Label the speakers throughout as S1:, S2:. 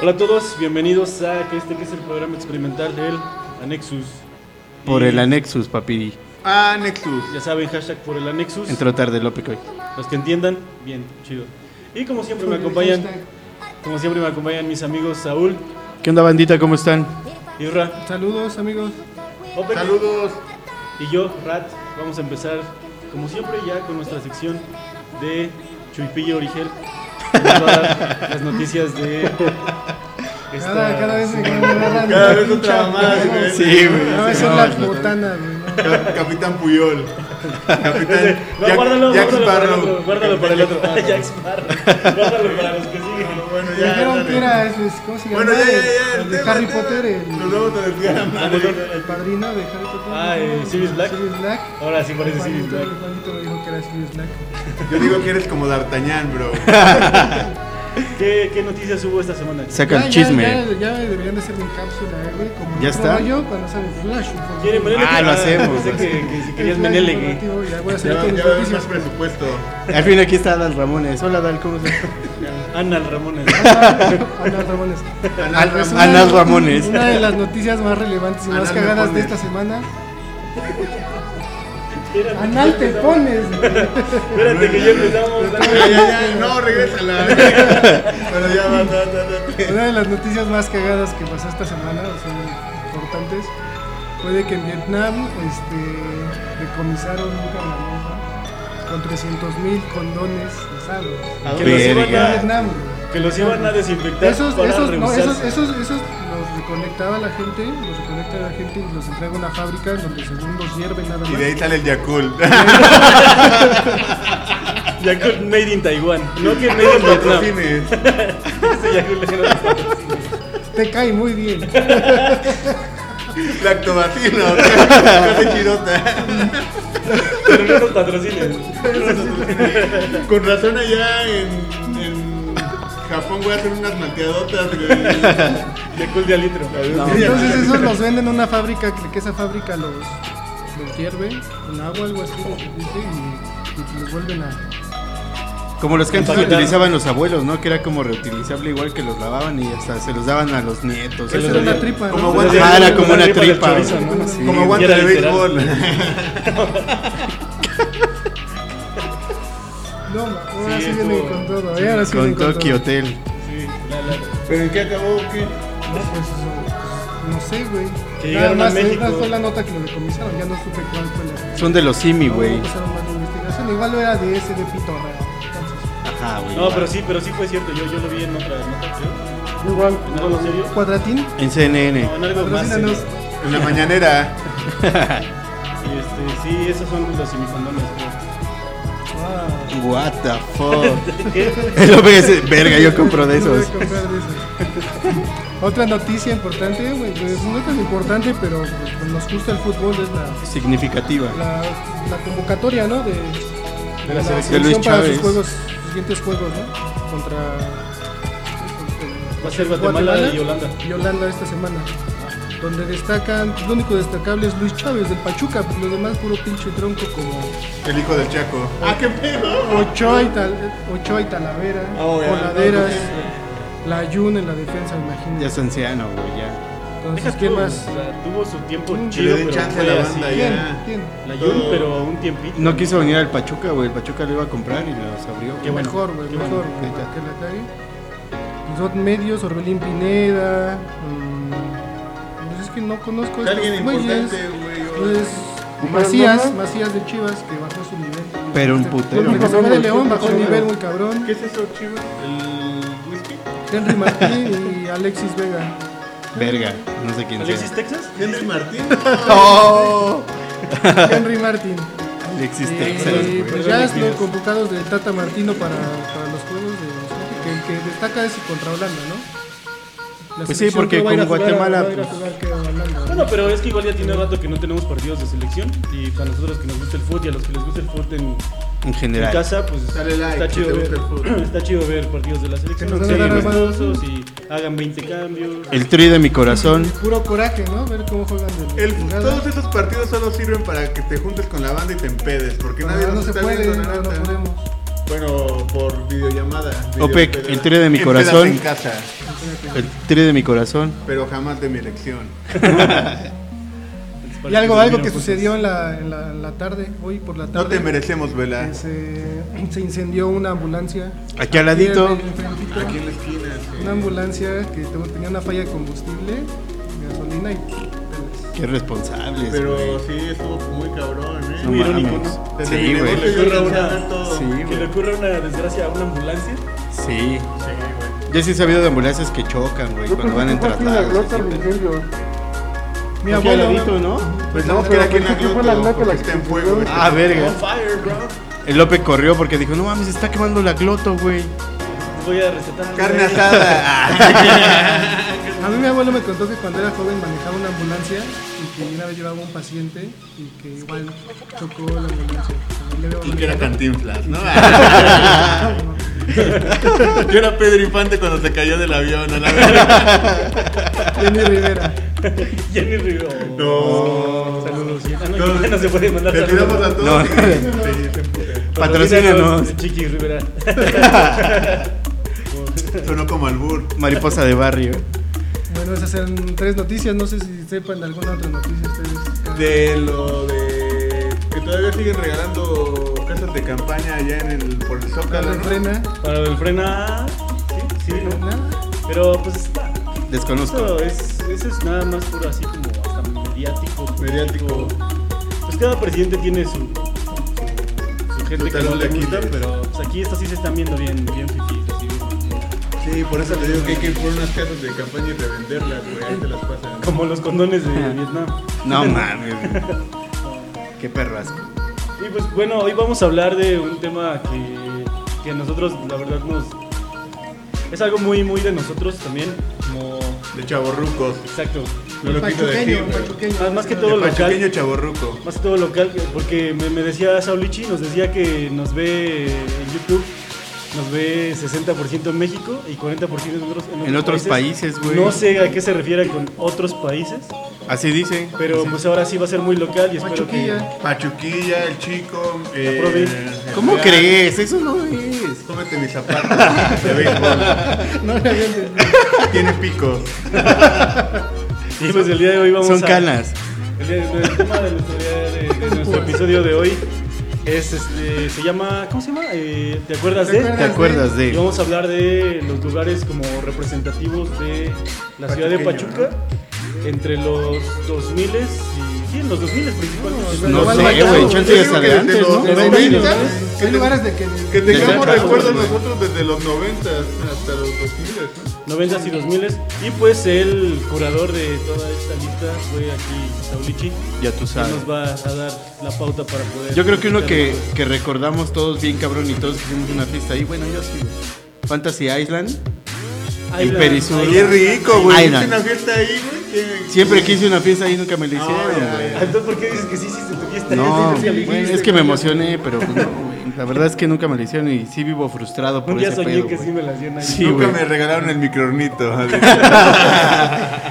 S1: Hola a todos, bienvenidos a este que es el programa experimental del Anexus.
S2: Por
S1: Y
S2: el Anexus, papi.
S3: Ah, Nexus.
S1: Ya saben, hashtag por el Anexus.
S2: Entró tarde López hoy.
S1: Los que entiendan, bien, chido. Y como siempre me acompañan, como siempre me acompañan mis amigos Saúl,
S2: ¿Qué onda, bandita? ¿Cómo están?
S1: Irra,
S3: Saludos, amigos.
S1: Ope
S3: Saludos.
S1: y yo, Rat. Vamos a empezar, como siempre, ya con nuestra sección de Chuipillo Origel. que Nos va a dar las noticias de esta
S4: Cada, cada vez me agarran.
S3: Este, Cada
S4: la
S3: vez
S4: pincha,
S3: otra más, güey.
S2: Sí, güey.
S4: Cada vez
S2: No,
S4: son las
S2: no,
S4: botanas, güey. ¿no?
S3: Cap- Capitán Puyol. Capitán
S1: No,
S3: Jack-
S1: guárdalo,
S3: Jack
S1: guárdalo para el
S3: Sparrow.
S1: otro, guárdalo para el otro. Jack Sparrow. Guárdalo para los que siguen.
S3: Bueno,
S4: Me
S3: ya,
S4: dijeron
S3: dale.
S4: que era ese, ¿cómo se llama?
S3: Bueno, ya, ya, ya,
S4: El
S3: el
S4: de
S3: tema,
S4: Harry
S3: el tema.
S4: Potter, el,
S3: Nos vamos a desviar a madre.
S4: el padrino de Harry Potter.
S1: Ah, eh, Sirius Black.
S4: Sirius Black.
S1: Ahora sí parece Sirius
S4: Juanito-
S1: Black.
S4: Juanito me dijo que era Sirius Black.
S3: Yo digo que eres como D'Artagnan, bro.
S1: ¿Qué, qué noticias hubo esta semana?
S2: Saca el
S4: Ya,
S2: chisme.
S4: ya, ya deberían de hacer mi cápsula, eh, güey. Como
S2: ¿Ya
S4: otro
S2: está?
S4: rollo cuando sale Flash. informativo.
S1: ¿Quieren Menele?
S2: Ah, lo hacemos.
S1: Pensé que, que si querías
S4: Flash
S1: Menele, que-
S4: informativo, Ya voy a
S3: Ya
S4: hacer
S3: va
S4: con
S3: ya
S4: mis
S3: va a haber
S4: noticias.
S3: más presupuesto.
S2: Al fin aquí está Adal Ramones. Hola, Adal, ¿cómo estás?
S1: Ana Ramones.
S4: Ana Ramones.
S3: Anal
S4: Pues
S2: Ana
S4: una de-
S2: Ramones.
S4: Una de las noticias más relevantes y más
S3: Anal me
S4: cagadas de
S3: pones.
S4: esta semana.
S1: Era-
S4: Anal te pones.
S1: Espérate que ya empezamos.
S3: Ya, ya, ya, no, regrésala. Pero ya va, va, va, va.
S4: Una de las noticias más cagadas que pasó esta semana, o sea, importantes, fue de que en Vietnam este, decomisaron un camioneta con 300 mil condones usados.
S1: Que los iban
S4: En
S2: Verga.
S1: a,
S4: Vietnam.
S1: que los iban a desinfectar
S4: Esos,
S1: para
S4: esos, no,
S1: reusarse.
S4: esos, esos, esos los reconectaba la gente, los reconecta la gente y los entrega a una fábrica donde según los hierven nada más.
S3: Y de ahí sale el Yakul.
S1: Yakult made in Taiwan. No que made in Vietnam. Ese Yakult era-
S4: Te cae muy bien.
S3: Lactobacino. Casi chirota.
S1: Pero no nos patrocines.
S3: Con razón allá en, en Japón voy a hacer unas manteadotas, güey.
S1: Yakult de a litro.
S4: Entonces esos los venden en una fábrica, que- que esa fábrica los, los hierve con agua, algo así, de repente, y, y los vuelven a...
S2: Como los que antes
S1: Empaquetado.
S2: utilizaban los abuelos, ¿no? Que era como reutilizable, igual que los lavaban y hasta se los daban a los nietos.
S1: Que
S4: Esa
S1: los
S2: etcétera.
S4: es una
S1: daban-
S4: tripa,
S3: como
S4: ¿no?
S3: guante-
S2: Ah, era como una
S1: del
S2: tripa,
S1: chorizo,
S2: güey.
S1: ¿no?
S2: Sí.
S3: Como
S1: guante
S3: guante
S1: de
S3: de
S1: literal.
S3: béisbol.
S4: No, ma, ahora
S1: Sí,
S4: sí, vienen
S1: estuvo-
S4: con todo, ¿eh? ahora sí
S2: Con
S4: vienen con
S2: Tokyo
S4: todo.
S2: Hotel.
S1: Sí, la- la-
S3: ¿Pero en qué acabó? ¿Qué?
S4: No, pues, pues, no sé, güey.
S1: Que
S4: Nada
S1: llegaron a
S4: más, eh, nada
S1: México.
S4: más fue la nota que lo decomisaron, ya no supe cuál fue la...
S2: Son de los Simi,
S4: no,
S2: güey.
S4: no pasaron más de investigación, igual era de ese de Pitorra. entonces,
S2: Ajá, güey.
S1: No, pero sí, pero sí fue cierto. Yo, yo lo vi en otra nota, creo.
S4: Igual,
S1: ¿En algo serio?
S4: cuadratín,
S2: En CNN.
S1: No, en algo más. serio.
S4: patrocínanos.
S3: En la mañanera.
S1: Y este, sí, esos son los semicondones, creo.
S4: Ah.
S2: What the fuck.
S1: ¿Qué?
S2: El hombre dice, verga, yo compro de
S4: Yo voy a
S2: esos.
S4: comprar de esos. Otra noticia importante, güey, pues, no tan importante, pero pues, nos gusta el fútbol, es la,
S2: Significativa.
S4: la, la convocatoria, ¿no? De,
S1: De la selección.
S2: De Luis
S4: para
S2: Chávez.
S4: sus juegos, sus siguientes juegos, ¿no? Contra...
S1: Va a ser Guatemala y Holanda.
S4: Y Holanda esta semana. Donde destacan, lo único destacable es Luis Chávez del Pachuca, pues, los demás puro pinche tronco como
S3: El hijo del Chaco. ¡Ah, qué pedo!
S4: Ochoa y, Tal- Ochoa y Talavera,
S3: Ah, bueno,
S4: Coladeras,
S3: no,
S4: la Ayun en la defensa, imagínate.
S2: Ya es anciano, güey, ya.
S4: Entonces,
S1: Deja
S4: ¿qué
S1: tú,
S4: más?
S1: o sea, tuvo su tiempo
S4: Mm,
S3: le
S1: chido,
S3: den
S1: pero
S3: chance a
S1: fue
S3: la
S1: así.
S3: banda
S4: ¿Quién?
S3: ya.
S4: ¿Quién?
S1: La Jun, pero un tiempito.
S2: No quiso venir al Pachuca, güey. El Pachuca lo iba a comprar y los abrió.
S1: Qué bueno.
S4: mejor, güey,
S1: qué
S4: mejor,
S1: bueno,
S4: güey,
S2: neta.
S4: que la cague. Pues, Rod Medios, Orbelín Pineda. mm, pues es que no conozco
S3: Es alguien
S4: güeyes.
S3: importante, güey, o-
S4: Pues, Macías, Macías de Chivas, que bajó su nivel.
S2: Pero un putero.
S4: Cuando se fue de León, bajó el nivel muy cabrón.
S3: ¿Qué es eso, chivas? ¿El whisky?
S4: Henry Martín y Alexis Vega.
S2: Verga, no sé quién
S1: ¿Alexis
S2: sea.
S1: Texas?
S3: ¿Henry Martín?
S2: ¡Oh!
S4: Henry Martín.
S2: Alexis Texas,
S4: Y
S2: güey.
S4: pues ya están convocados del Tata Martino para, para los juegos de que el que destaca es contra Holanda, ¿no? La
S2: Pues sí,
S4: selección
S2: porque
S4: que va a ir
S2: con
S4: a jugar-
S2: Guatemala,
S4: va a ir a jugar que Holanda, ¿no?
S1: Bueno, pero es que igual ya tiene rato que no tenemos partidos de selección. Y para nosotros que nos gusta el fútbol y a los que les gusta el fútbol en,
S2: En
S1: en
S2: general.
S1: casa, pues
S3: Dale like,
S1: está,
S3: si
S1: chido
S3: te
S1: ver,
S3: gusta el fútbol.
S1: está chido ver partidos de la selección.
S4: Que nos
S1: que
S4: den
S1: sean
S4: ganas.
S1: amistosos y hagan 20 cambios.
S2: El tri de mi corazón.
S4: Puro coraje, ¿no? Ver cómo juegan de
S3: El-
S4: jugada.
S3: todos esos partidos solo sirven para que te juntes con la banda y te empedes, porque
S4: Pero
S3: nadie
S4: Ah, no
S3: nos
S4: se
S3: está
S4: puede,
S3: viendo
S4: no,
S3: nada.
S4: no podemos.
S3: Bueno, por videollamada.
S2: Opec,
S3: videopedada.
S2: el trío de mi
S3: Empedate
S2: corazón.
S3: en casa.
S4: El Fíjate.
S2: El tire de mi corazón.
S5: Pero jamás de mi elección.
S4: Y algo, algo
S1: pues,
S4: que sucedió en la, en la- en la tarde, hoy por la
S5: No te
S4: tarde.
S5: merecemos, Vela.
S4: que se, se incendió una ambulancia.
S2: Aquí al ladito.
S4: Aquí en el frentito.
S5: Aquí en la esquina. sí.
S4: Una ambulancia que te- tenía una falla de combustible, gasolina y pelas.
S2: Qué responsables.
S5: Pero sí, estuvo muy cabrón, ¿eh?
S1: Muy irónico,
S2: mames.
S1: ¿no?
S5: Desde mi
S2: Sí, güey.
S5: negocio yo
S1: Ocurra
S5: alcancé
S1: una-
S5: a ver todo.
S2: Sí,
S1: Que le
S2: güey.
S1: ocurra una desgracia a una ambulancia.
S2: Sí. Yo sí he sabido de ambulancias que chocan, güey, cuando van en tratados. así, pero-
S4: Mi
S2: Aquí al
S4: abuelo,
S2: ladito, ¿no?
S5: Pues no,
S6: pero
S5: pero aquí en la
S6: pensé que fue la
S5: gloto,
S6: nata
S5: porque
S6: la
S5: está
S6: que
S5: en fuego. este.
S2: Ah, verga.
S1: On fire, bro.
S2: El Lope corrió porque dijo, no mames, está quemando la gloto, güey.
S1: Te Voy a recetar.
S5: Carne
S1: güey.
S2: asada.
S4: a mí mi abuelo me contó que cuando era joven manejaba una ambulancia y que una vez llevaba un paciente y que igual chocó la ambulancia. También le había
S5: Y que era
S4: manejado.
S5: Cantinflas, ¿no? Yo era Pedro Infante cuando se cayó del avión, a la verga.
S4: Jenny Rivera.
S1: Jenny Rivera.
S5: No.
S1: Saludos. Ah, no,
S5: No,
S1: no se puede mandar
S5: Le tiramos
S1: saludos.
S5: a todos.
S2: No.
S5: Sí, se emputa.
S2: Patrocínanos.
S1: Chiqui Rivera.
S5: Sonó como albur.
S2: Mariposa de barrio.
S4: Bueno, esas eran tres noticias. No sé si sepan de alguna otra noticia ustedes.
S5: De lo de que todavía siguen regalando casas de campaña allá en el por el Zócalo,
S4: Carlos
S5: ¿no?
S4: Frena.
S1: Para el frena. Sí, sí, ¿no?
S4: ¿no?
S1: Pero pues está.
S2: Desconozco.
S1: Eso es, eso es nada más puro así como hasta mediático. político.
S5: Mediático.
S1: Pues cada presidente tiene su, su, su gente que no
S5: talón de
S1: le gusta,
S5: Aquiles.
S1: pero pues, aquí estos sí se están viendo bien, bien fifís, así, bien-
S5: Sí, por eso te digo que hay que ir por unas casas de campaña y revenderlas, güey. Ahí te las pasan.
S1: Como los condones de Vietnam.
S2: No mames, güey. Qué perrasco.
S1: Y pues bueno, hoy vamos a hablar de un tema que, que a nosotros la verdad nos... Es algo muy, muy de nosotros también, como...
S5: De chavorrucos.
S1: Exacto.
S5: No lo quiso decir,
S4: Pachuqueño,
S5: güey.
S4: pachuqueño.
S1: Más- más que todo
S5: De
S1: lo-
S5: Pachuqueño chavorruco.
S1: Más que todo local, que- porque me, me decía Saulichi, nos decía que nos ve en YouTube, nos ve 60% en México y 40% en otros,
S2: En otros países, güey.
S1: No sé a qué se refiere con otros países,
S2: Así dice.
S1: pero pues ahora sí va a ser muy local y espero que...
S4: Pachuquilla.
S5: Pachuquilla, el chico. eh,
S1: provincia.
S2: ¿Cómo
S5: Adrián.
S2: crees? Eso no es.
S5: Cómete mis zapatos de béisbol.
S4: No le había entendido.
S5: Tiene picos.
S1: Y pues el día de hoy vamos
S2: Son
S1: a...
S2: canas.
S1: El, día- el tema de nuestro, día de- de nuestro episodio de hoy es este, se llama, ¿cómo se llama? Eh, ¿Te acuerdas de?
S2: ¿Te acuerdas
S1: Y
S2: de?
S1: vamos a hablar de los lugares como representativos de la ciudad de
S5: Pachuqueño,
S1: Pachuca entre los 2000 y sí, en los 2000 principalmente.
S2: No
S4: Igual
S2: sé,
S4: bailado,
S2: güey,
S4: güey.
S2: chance
S4: Yo
S2: ya
S4: digo
S2: está
S5: que
S2: de
S5: desde
S2: antes,
S5: los
S2: ¿no?
S4: Los
S5: Pero
S4: 90,
S5: bueno,
S4: hay lugares de que,
S5: Que
S2: Desde
S5: tengamos
S2: el
S5: recuerdos
S2: pasado,
S5: nosotros desde los 90 hasta los 2000, ¿no?
S1: 90 y 2000 y pues el curador de toda esta lista fue aquí Saulichi
S2: Ya tú
S1: que
S2: sabes.
S1: nos va a dar la pauta para poder
S2: Yo creo que uno que,
S1: platicar.
S2: que recordamos todos bien cabrón y todos que hicimos una fiesta ahí, bueno, yo sí. güey. Fantasy Island.
S1: Ahí la-
S2: Perisur.
S1: ahí
S5: Qué
S1: la-
S5: rico, güey.
S2: Ay,
S5: Hice
S2: no.
S5: una fiesta ahí, güey. que-
S2: Siempre quise una fiesta ahí y nunca me la
S5: No,
S2: hicieron,
S5: ya,
S2: güey.
S1: Ah, Entonces, ¿por qué dices que sí hiciste tu fiesta?
S2: No,
S1: Sí, sí, sí,
S2: güey,
S1: sí,
S2: es
S1: sí.
S2: que me emocioné, pero pues, no, güey. La verdad es que nunca me la hicieron y sí vivo frustrado por
S1: Un día
S2: ese
S1: soñé
S2: pedo,
S1: que
S2: güey.
S1: sí me las dieron ahí.
S2: Sí,
S5: Nunca
S2: güey.
S5: me regalaron el microornito. así.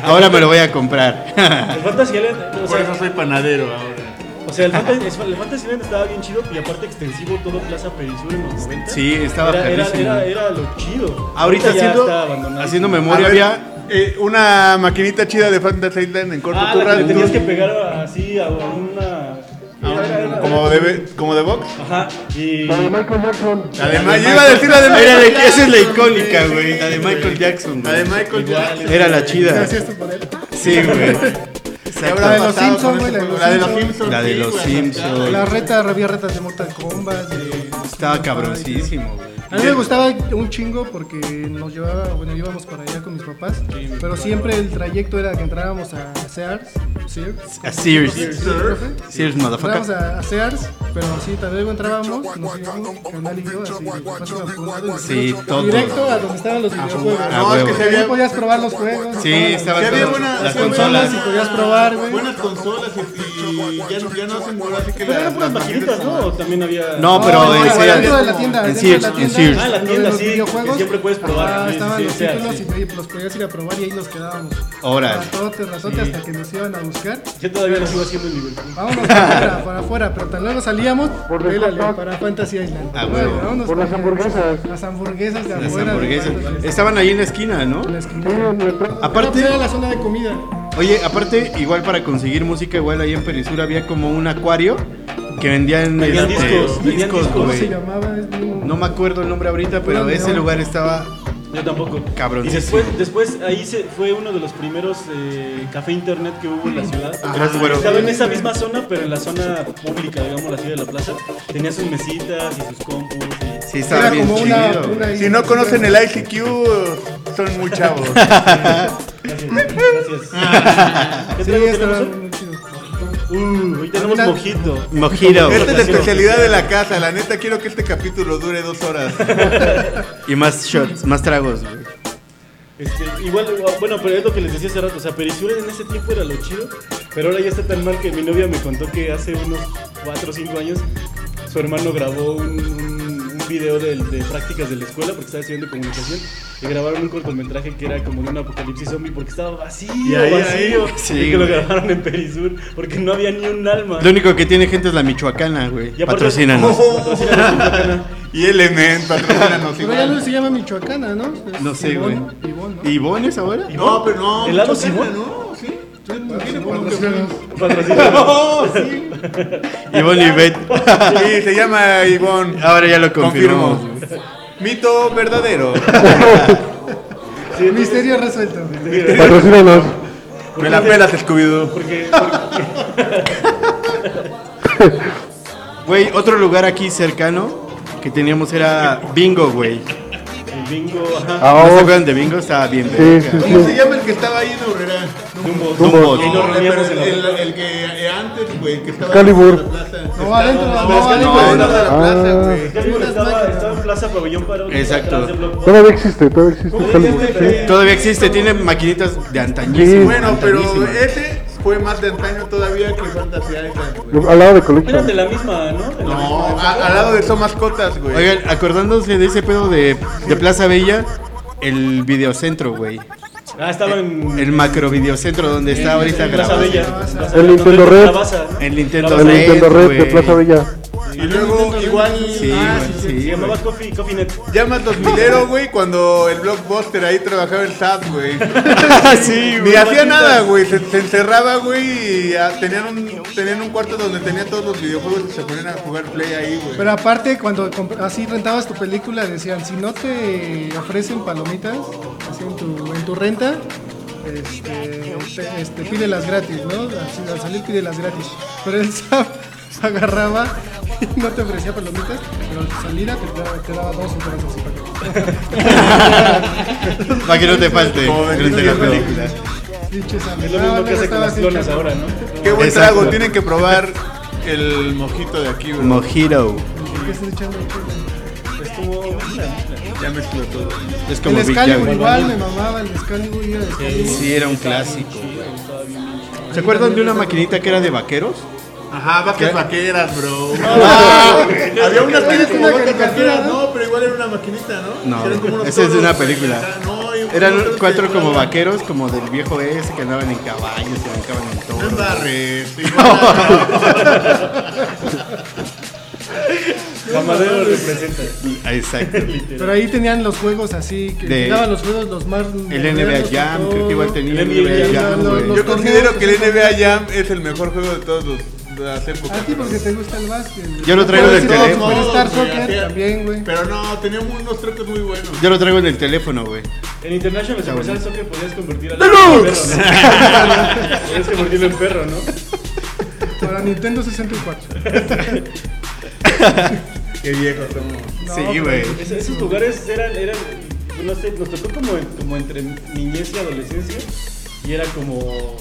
S2: Ahora me lo voy a comprar.
S1: El Fantasy Island, o
S5: Por eso
S1: sea,
S5: soy panadero ahora.
S1: o sea, el, Fantasy, el Fantasy Island estaba bien chido y aparte extensivo todo Plaza Perisur en los 90.
S2: Sí, estaba
S1: era, era,
S2: perrísimo.
S1: era, era lo chido.
S2: Ahorita
S1: ya está
S2: haciendo,
S1: abandonado.
S2: haciendo
S5: A
S2: memoria
S5: ver,
S2: había
S5: eh, una maquinita chida de Fantasy Island en corto
S1: Ah,
S5: tú
S1: la que le
S5: ras-
S1: tenías
S5: tú-
S1: que pegar así a una...
S5: Ah,
S1: Era- era- era-
S5: Como de, be- como de box.
S1: Ajá, y...
S6: Para Michael Jackson.
S5: Además, yo iba a decir la de
S2: Era
S5: Michael
S2: de- esa es la
S5: Jackson,
S2: icónica,
S5: sí,
S2: güey. La de Michael Jackson,
S5: La de
S2: güey.
S5: Michael Jackson.
S2: Era la chida.
S4: Gracias por él.
S2: Sí, güey.
S5: ¿Qué habrá
S4: La de los
S5: pasado
S4: Simpson,
S5: con
S4: güey,
S5: ese
S4: la de
S5: juego?
S4: los
S2: La
S4: Simpson.
S5: La de los Simpson.
S2: de
S5: sí,
S2: los
S5: güey.
S2: Simpson.
S4: La reta, había retas de Mortal Kombat. de-
S2: Estaba cabrosísimo, güey.
S4: A mí me gustaba un chingo porque nos llevaba, bueno, íbamos para allá con mis papás, pero siempre el trayecto era que entrábamos a Sears, Sears,
S2: A Sears.
S4: Sí, profe.
S2: Sears,
S4: Entrábamos
S2: motherfucker.
S4: a, a Sears, pero así, tal vez entrábamos, nos íbamos, canal y yo, así, de paso a otro lado, y
S2: Sí,
S4: nosotros
S2: todo.
S4: Directo a donde estaban los videojuegos.
S2: Ah,
S5: No, es que
S2: huevo.
S5: se
S4: Ahí
S5: había
S4: podías probar los juegos.
S2: Sí,
S4: estaban-
S2: estaban
S5: Sí, había
S2: todas
S5: buena-
S2: las
S5: sí, había
S2: consolas.
S4: buena- y podías probar, güey.
S5: Buenas consolas y, y ya, ya no hacen ahora sí que
S1: Pero
S5: las-
S1: eran puras
S5: las
S1: maquinitas, ¿no? O también había...
S2: No, pero
S4: no,
S2: en
S4: no,
S2: Sears.
S4: dentro de la tienda,
S2: En
S4: dentro
S2: Sears,
S4: de la
S2: en
S4: tienda.
S2: Sears.
S1: Ah, la
S4: Lo de
S1: tienda,
S4: los
S1: sí, que
S4: videojuegos.
S1: siempre puedes probar,
S4: Ajá,
S1: sí,
S4: estaban
S1: sí,
S4: los
S1: Sears,
S4: títulos
S1: sí.
S4: y oye, pues, los podías ir a probar y ahí nos quedábamos.
S2: Órale.
S4: Ratote, ratote, hasta que nos iban a buscar. platicar.
S1: Yo todavía lo sigo haciendo en Liverpool.
S4: Vámonos para afuera, para afuera, pero tan luego salíamos
S7: Por los hot
S4: pélale,
S7: dogs.
S4: para Fantasy Island.
S2: Ah, bueno.
S4: vámonos
S7: Por
S4: para
S7: las
S4: allá.
S7: hamburguesas.
S4: Las hamburguesas de
S2: Las
S4: afuera. de
S2: hamburguesas.
S4: Fantasy Island.
S2: Estaban ahí en la esquina, ¿no?
S4: En la esquina.
S7: Sí, en el plato.
S2: Aparte,
S4: Era la zona de comida.
S2: oye, aparte, igual para conseguir música, igual ahí en Perisur había como un acuario que vendían
S1: Vendían
S2: este,
S1: discos, vendían discos.
S4: ¿Cómo se
S2: güey.
S4: llamaba? Es muy-
S2: No me acuerdo el nombre ahorita, pero
S4: Bueno,
S2: ese
S4: no.
S2: lugar estaba.
S1: Yo tampoco. Y
S2: Cabroncísimo.
S1: después, después ahí se, fue uno de los primeros eh, café internet que hubo en la ciudad.
S2: Gracias, güero.
S1: Estaba en esa misma zona, pero en la zona pública, digamos, la ciudad de la plaza. Tenía sus mesitas y sus compus. y-
S2: Sí, estaba
S4: Era
S2: bien
S4: como una,
S2: chido.
S4: una
S5: Si no conocen el ICQ, son muy chavos.
S1: Gracias.
S5: Ah.
S1: gracias. ¿Qué
S4: Sí,
S1: trago
S4: estaba
S1: tenemos?
S4: muy chido.
S1: Uh, hoy tenemos
S4: Una-
S1: mojito.
S2: Mojito.
S5: Esta es la especialidad de la casa. La neta, quiero que este capítulo dure dos horas.
S2: Y más shots, más tragos, güey.
S1: Este, igual, bueno, pero es lo que les decía hace rato, o sea, Perisur en ese tiempo era lo chido, pero ahora ya está tan mal que mi novia me contó que hace unos 4 o 5 años su hermano grabó un, un- un video del- de, prácticas de la escuela porque estaba estudiando comunicación y grabaron un cortometraje que era como de un apocalipsis zombie porque estaba vacío,
S3: Y ahí,
S1: vacío,
S3: ahí.
S2: Sí,
S1: y que lo
S2: güey.
S1: grabaron en Perisur porque no había ni un alma.
S2: Lo único que tiene gente es la michoacana, güey.
S1: Y aparte-
S2: Patrocínanos.
S5: y Element, patrocínanos
S4: Pero ya
S5: igual.
S4: no se llama Michoacana, ¿no? Es
S2: No sé,
S4: Ivón,
S2: güey.
S4: Ivón, ¿no?
S2: ¿Y Bones ahora?
S3: No, pero no.
S1: ¿Helado
S3: mucho
S1: Simón?
S3: carne, ¿no? Sí.
S1: Patrocínanos.
S2: Y Bon y Bet.
S5: Sí, se llama Ivonne.
S2: Ahora ya lo confirmamos.
S5: Confirmo. Mito verdadero.
S1: Sí,
S4: Misterio resuelto.
S7: Patrocínanos.
S5: Me la pelas, Scooby-Doo.
S1: porque- porque-
S2: Güey, otro lugar aquí cercano que teníamos era Bingo, güey.
S1: el bingo, ajá.
S2: ¿No se
S7: Ahora.
S2: acuerdan de Bingo? Estaba bien,
S7: Ah, oh. Sí,
S2: verga.
S7: sí,
S3: ¿Cómo se
S7: sí.
S3: llama el que estaba ahí en Aurrera?
S1: Dumbo.
S7: Dumbo.
S1: Y
S3: No,
S1: nos
S3: pero
S1: reuníamos en
S3: el,
S1: la
S3: el, el que eh, antes, güey, que estaba
S7: Excalibur.
S3: en la plaza.
S4: No, adentro, no,
S2: no, es que
S4: adentro. Ah.
S2: no,
S4: adentro.
S2: no, no.
S1: Ya digo, estaba, estaba en Plaza Pabellón Parón.
S2: Exacto.
S1: atrás del Blockbuster.
S7: Todavía existe, todavía existe.
S1: ¿Cómo
S7: Excalibur,
S1: dices,
S7: sí.
S1: güey?
S2: Todavía existe, tiene maquinitas de
S7: Sí.
S2: antañísimo.
S5: Bueno, pero
S2: antañísimo.
S5: ese fue más de antaño todavía que Fantasy Island, güey.
S7: Al lado de
S1: Eran de
S7: Collection.
S1: la misma, ¿no? De la misma.
S5: No, a- al lado de son mascotas, güey.
S2: Oigan, acordándose de ese pedo de, de Plaza Bella, el videocentro, güey.
S1: Ah, estaba en.
S2: El macro videocentro donde está ahorita
S1: en Plaza
S2: grabado.
S1: Bella. Plaza
S7: El
S1: Bella,
S7: Nintendo
S1: donde
S7: Red.
S1: la baza, ¿no?
S2: El Nintendo
S1: La
S7: El
S1: baza.
S2: Red.
S7: Nintendo Red de
S2: güey.
S7: Plaza Bella.
S5: Y luego igual
S2: Sí,
S5: ah,
S2: güey,
S1: Se
S2: sí,
S1: llamaba
S2: güey.
S1: Coffee, Coffee Net.
S5: llamas los mileros, güey, cuando el blockbuster ahí trabajaba el SAT, güey.
S2: Sí,
S5: Ni
S2: güey.
S5: hacía nada, güey. Se, se encerraba, güey, y ah, tenían un, tenían un cuarto donde tenían todos los videojuegos y se ponían a jugar play ahí, güey.
S4: Pero aparte, cuando comp- así rentabas tu película, decían, si no te ofrecen palomitas así en, tu, en tu renta, este, te- este, pídelas gratis, ¿no? Así, al salir pídelas gratis. Pero el SAP agarraba y no te ofrecía palomitas, pero al salir te daba, te daba dos o tres así para
S2: Para que no te falte
S5: Como vendiendo
S2: durante la
S5: videojuegos.
S2: película.
S4: que- Pinche SAP.
S1: Es lo
S4: No,
S1: mismo
S4: Ah, no,
S1: que hace con
S4: estaba
S1: las
S4: así,
S1: clonas
S4: chaval.
S1: ahora, ¿no?
S5: Qué buen
S2: Exacto.
S5: trago, tienen que probar el mojito de aquí, güey.
S2: Mojito.
S4: ¿Qué estás echando? aquí?
S1: Estuvo.
S5: Ya me explotó.
S2: Es como
S4: el
S2: Big
S4: Excalibur
S2: Jack.
S4: igual, me mamaba el Excalibur y el Excalibur.
S2: Sí, era un clásico. ¿Se acuerdan de una maquinita que era de vaqueros?
S5: Ajá, vacas vaqueras, bro. Ah,
S3: Había unas que eran
S4: Es
S3: como
S4: una
S3: vacas
S4: caricatura,
S3: vaqueras,
S4: ¿no?
S3: no, pero igual era una maquinita, ¿no?
S2: No,
S3: Eran como unos
S2: esa es de una
S3: toros.
S2: película.
S3: Ah, no, y- unos
S2: Eran
S3: toros
S2: cuatro
S3: que
S2: como
S3: entraban.
S2: vaqueros, como del viejo ese, que andaban en caballos, que brincaban en
S5: No
S2: toros.
S5: embarres.
S1: Mamadero representa.
S2: Ah, Exacto.
S4: Pero ahí tenían los juegos así, que
S2: De-
S4: daban los juegos los más...
S2: El NBA Jam, creo que igual tenía el
S1: El NBA
S2: NBA
S4: Jam,
S2: Jam,
S4: los-
S2: güey.
S5: Yo considero que el NBA Jam es el mejor juego de todos los de las épocas.
S4: A ti Ah, porque te gusta el básquet.
S2: Yo lo traigo
S4: Puedo
S2: del
S4: decir
S2: teléfono.
S4: Superstar
S3: Todos, güey,
S4: Soccer
S3: hacían-
S4: ¿eh? también, güey.
S5: Pero no, teníamos unos trucos muy buenos.
S2: Yo lo traigo en el teléfono, güey.
S1: En International Superstar Soccer podías convertir al. perro, ¿no? Podías convertirlo en perro, ¿no?
S4: Para Nintendo 64.
S5: Qué viejos somos.
S2: sí, güey.
S1: Es- esos lugares eran, eran no sé, nos tocó como, como entre niñez y adolescencia y era como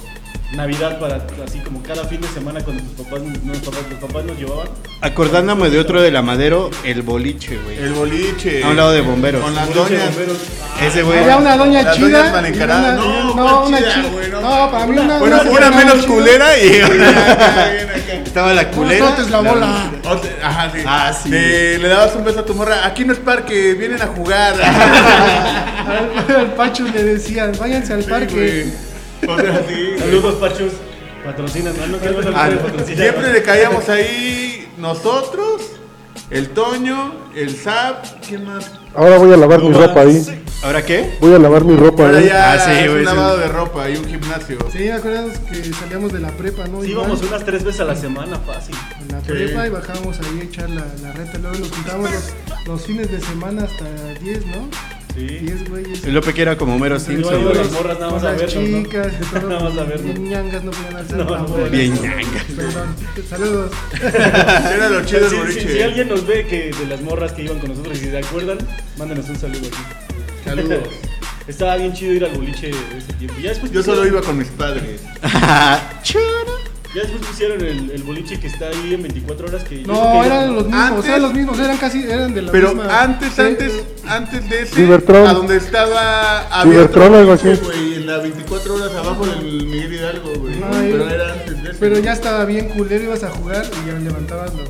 S1: Navidad para así como cada fin de semana cuando tus papás, no, los papás, los papás nos llevaban.
S2: Acordándome de otro de la Madero, el boliche, güey.
S5: El boliche.
S2: A un lado de bomberos.
S5: Eh, Con las
S1: Boliche de
S5: doñas.
S1: bomberos.
S2: Ese, güey.
S4: Había una doña
S5: Las
S4: chida.
S5: doñas mal
S4: y
S5: encaradas.
S4: una-
S5: No,
S4: No,
S5: ¿cuál
S4: una
S5: chida,
S4: chida.
S5: güey? No.
S4: No, para mí una.
S5: Bueno, una
S4: chida,
S5: menos
S4: chida.
S5: culera y.
S2: Estaba la culera.
S4: Nosotros la bola.
S5: O te- Ajá, sí.
S2: Ah, sí.
S5: Te- le dabas un beso a tu morra. Aquí no es parque, vienen a jugar.
S4: Al, al Pacho le decían, váyanse al
S5: Sí, güey.
S4: parque.
S5: O sea, sí.
S1: Saludos, Pachus. Patrocina, no, no quiero
S5: Ah,
S1: saber patrocina.
S5: siempre le caíamos ahí nosotros, el Toño, el Zap, ¿qué más?
S7: Ahora voy a lavar mi ropa ahí.
S2: ¿Ahora qué?
S7: Voy a lavar mi ropa
S5: Ahora
S7: ahí.
S5: ya
S2: Ah, sí,
S5: es
S2: güey,
S5: un
S2: sí.
S5: lavado de ropa y un gimnasio.
S4: Sí, ¿me acuerdas que salíamos de la prepa, ¿no?
S1: Sí,
S4: Igual,
S1: íbamos unas tres veces a la semana, fácil.
S4: En la prepa y bajábamos ahí a echar la, la reta. Luego nos juntábamos los, los fines de semana hasta 10, ¿no?
S1: Sí.
S4: 10 güeyes.
S2: El Lope que era como Homero
S1: Sí,
S2: Simpson,
S1: güey.
S2: güey.
S1: las morras nada más
S4: Con
S1: a
S4: las
S1: vernos, ¿no?
S4: chicas y todo,
S1: Nada más a
S4: pues,
S1: vernos.
S4: bien ñangas no podían hacer
S1: No,
S4: labores.
S2: Bien ñanga.
S4: Perdón. Saludos.
S5: Era lo chido del
S1: Si- si,
S5: boliche.
S1: si alguien nos ve que de las morras que iban con nosotros y se acuerdan, mándenos un saludo aquí.
S5: Saludos.
S1: Estaba bien chido ir al boliche de ese tiempo. Ya después
S5: Yo solo
S1: pusieron-
S5: iba con mis padres.
S1: Ya después pusieron el, el boliche que está ahí en 24 horas que yo creo
S4: No,
S1: que
S4: eran los mismos,
S5: Antes-
S4: eran los mismos, eran casi, eran de la
S5: Pero
S4: misma-
S5: antes,
S4: Sí.
S5: antes, antes de ese,
S7: Cybertron.
S5: a donde estaba
S7: Cybertron, algo así.
S5: güey, en la 24 horas abajo del Miguel Hidalgo, güey.
S4: Ay.
S5: Pero era antes de ese.
S4: Pero ya estaba bien culero, ibas a jugar y ya levantabas los.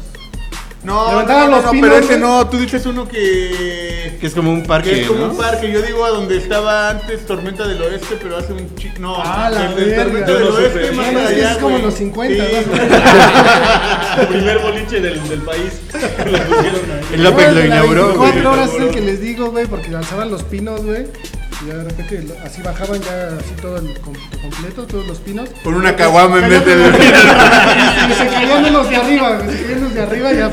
S5: No, no,
S4: Levantaban
S5: no,
S4: los
S5: no,
S4: pinos,
S5: pero ese
S4: güey.
S5: no, tú dices uno que...
S2: Que es como un
S5: Que
S2: parque,
S5: es como
S2: ¿no?
S5: un parque, yo digo a donde estaba antes Tormenta del Oeste, pero hace un chico. No,
S4: Ah, la
S5: el de
S4: verga.
S5: Tormenta
S4: Yo
S5: del
S1: no
S5: Oeste,
S1: supe.
S5: más
S1: Bueno,
S4: es que
S5: allá.
S4: es como
S5: güey.
S4: los 50,
S5: Sí,
S4: ¿no?
S5: güey.
S1: El primer boliche del, del país. Lo pusieron ahí.
S2: El Lope
S4: Igual
S2: lo
S4: de la
S2: inauguró, güey.
S4: 24 horas es el
S1: Inauguró.
S4: que les digo, güey, porque lanzaban los pinos, güey. Y ya de repente lo- así bajaban ya así todo el com- completo, todos los pinos.
S5: Con una caguama en vez de.
S4: Y se caían unos de arriba, güey, se caían unos de arriba y ya.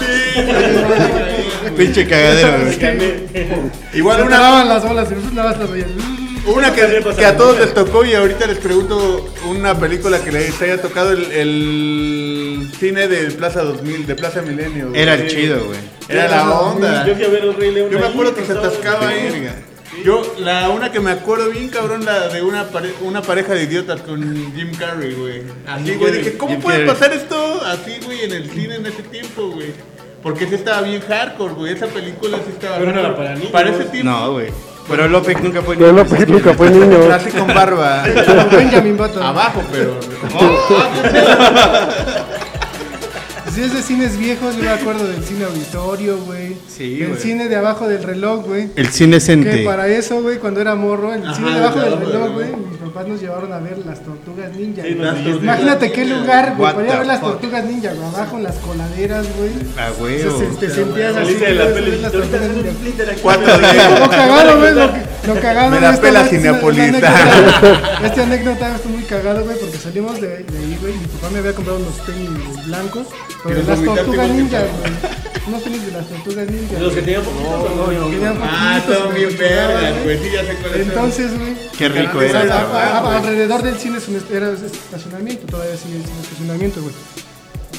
S2: Pinche cagadero,
S1: Me
S2: güey.
S1: gané.
S5: Igual
S4: Se
S5: una,
S4: trababan las olas, y nosotros nada más las veías.
S5: una
S1: Pasaré,
S5: que,
S1: pasaré.
S5: que a todos les tocó y ahorita les pregunto una película que les haya tocado el, el cine del Plaza 2000, de Plaza Milenio. güey.
S2: Era el chido, güey.
S5: Era la onda.
S1: Yo fui a ver el Rey León.
S5: Yo me
S1: ahí,
S5: acuerdo que se
S1: pasaba-
S5: atascaba ahí.
S2: Verga.
S5: Yo, la una que me acuerdo bien, cabrón, la de una, pare- una pareja de idiotas con Jim Carrey, güey. Así,
S1: Jim
S5: güey,
S1: Carrey,
S5: dije, ¿cómo
S2: Jim
S5: puede
S2: Carrey.
S5: pasar esto así, güey, en el cine en ese tiempo, güey? Porque sí estaba bien hardcore, güey. Esa película sí estaba.
S1: Pero no era
S5: hardcore.
S1: para niños.
S5: ese tiempo.
S2: No, güey. Pero López nunca fue
S7: Pero no, pues, nunca fue niño.
S5: Así con barba.
S4: Como Benjamin
S2: Ah,
S4: Button.
S5: Abajo, pero.
S4: Si es de cines viejos, yo me acuerdo del cine auditorio, güey.
S2: Sí,
S4: Del
S2: güey.
S4: cine de abajo del reloj, güey.
S2: El cine
S4: Que
S2: Cente.
S4: para eso, güey, cuando era morro, el
S5: Ajá,
S4: cine debajo
S5: el
S4: del
S5: reloj,
S4: reloj,
S5: güey.
S4: güey, mis papás nos llevaron a ver las tortugas ninja.
S1: Sí,
S4: güey.
S1: nos dijiste.
S4: Imagínate qué lugar, güey,
S2: What
S4: para ir
S2: the
S4: a ver las
S2: fuck.
S4: tortugas ninja, güey, abajo en las coladeras, güey.
S2: Ah,
S4: O
S2: güey.
S4: sea, se- te sentías así.
S1: Saliste de la
S4: güey,
S1: peli.
S4: ver las
S1: dijiste, "Ahorita
S4: tortugas
S1: hacen un
S4: ninja.
S1: split de la
S5: Cuatro
S4: Lo cagaron, güey, lo, lo cagaron.
S5: Me la
S4: esta
S5: pela
S4: vez, esta-
S5: Cinépolis.
S4: Esta anécdota, esta anécdota estoy muy cagado, güey, porque salimos de, de ahí, güey, y mi papá me había comprado unos tenis blancos, pero
S5: Que
S4: de
S5: los
S4: las
S5: vomitaste
S4: tortugas
S5: igual que
S4: ninja, güey. Unos tenis de las tortugas ninja.
S1: Los que
S4: güey.
S1: tenían poquitos. ¿o no?
S4: Tenían
S5: Ah,
S4: poquitos,
S5: estaban
S4: güey,
S5: bien
S4: los cagaban,
S5: vergas,
S4: güey.
S5: güey. Sí, ya sé cuáles eran.
S4: Entonces, güey.
S2: Qué rico
S4: a-
S2: era.
S4: a-
S2: güey.
S4: a- alrededor del cine es un est- era estacionamiento, todavía sigue siendo estacionamiento, güey.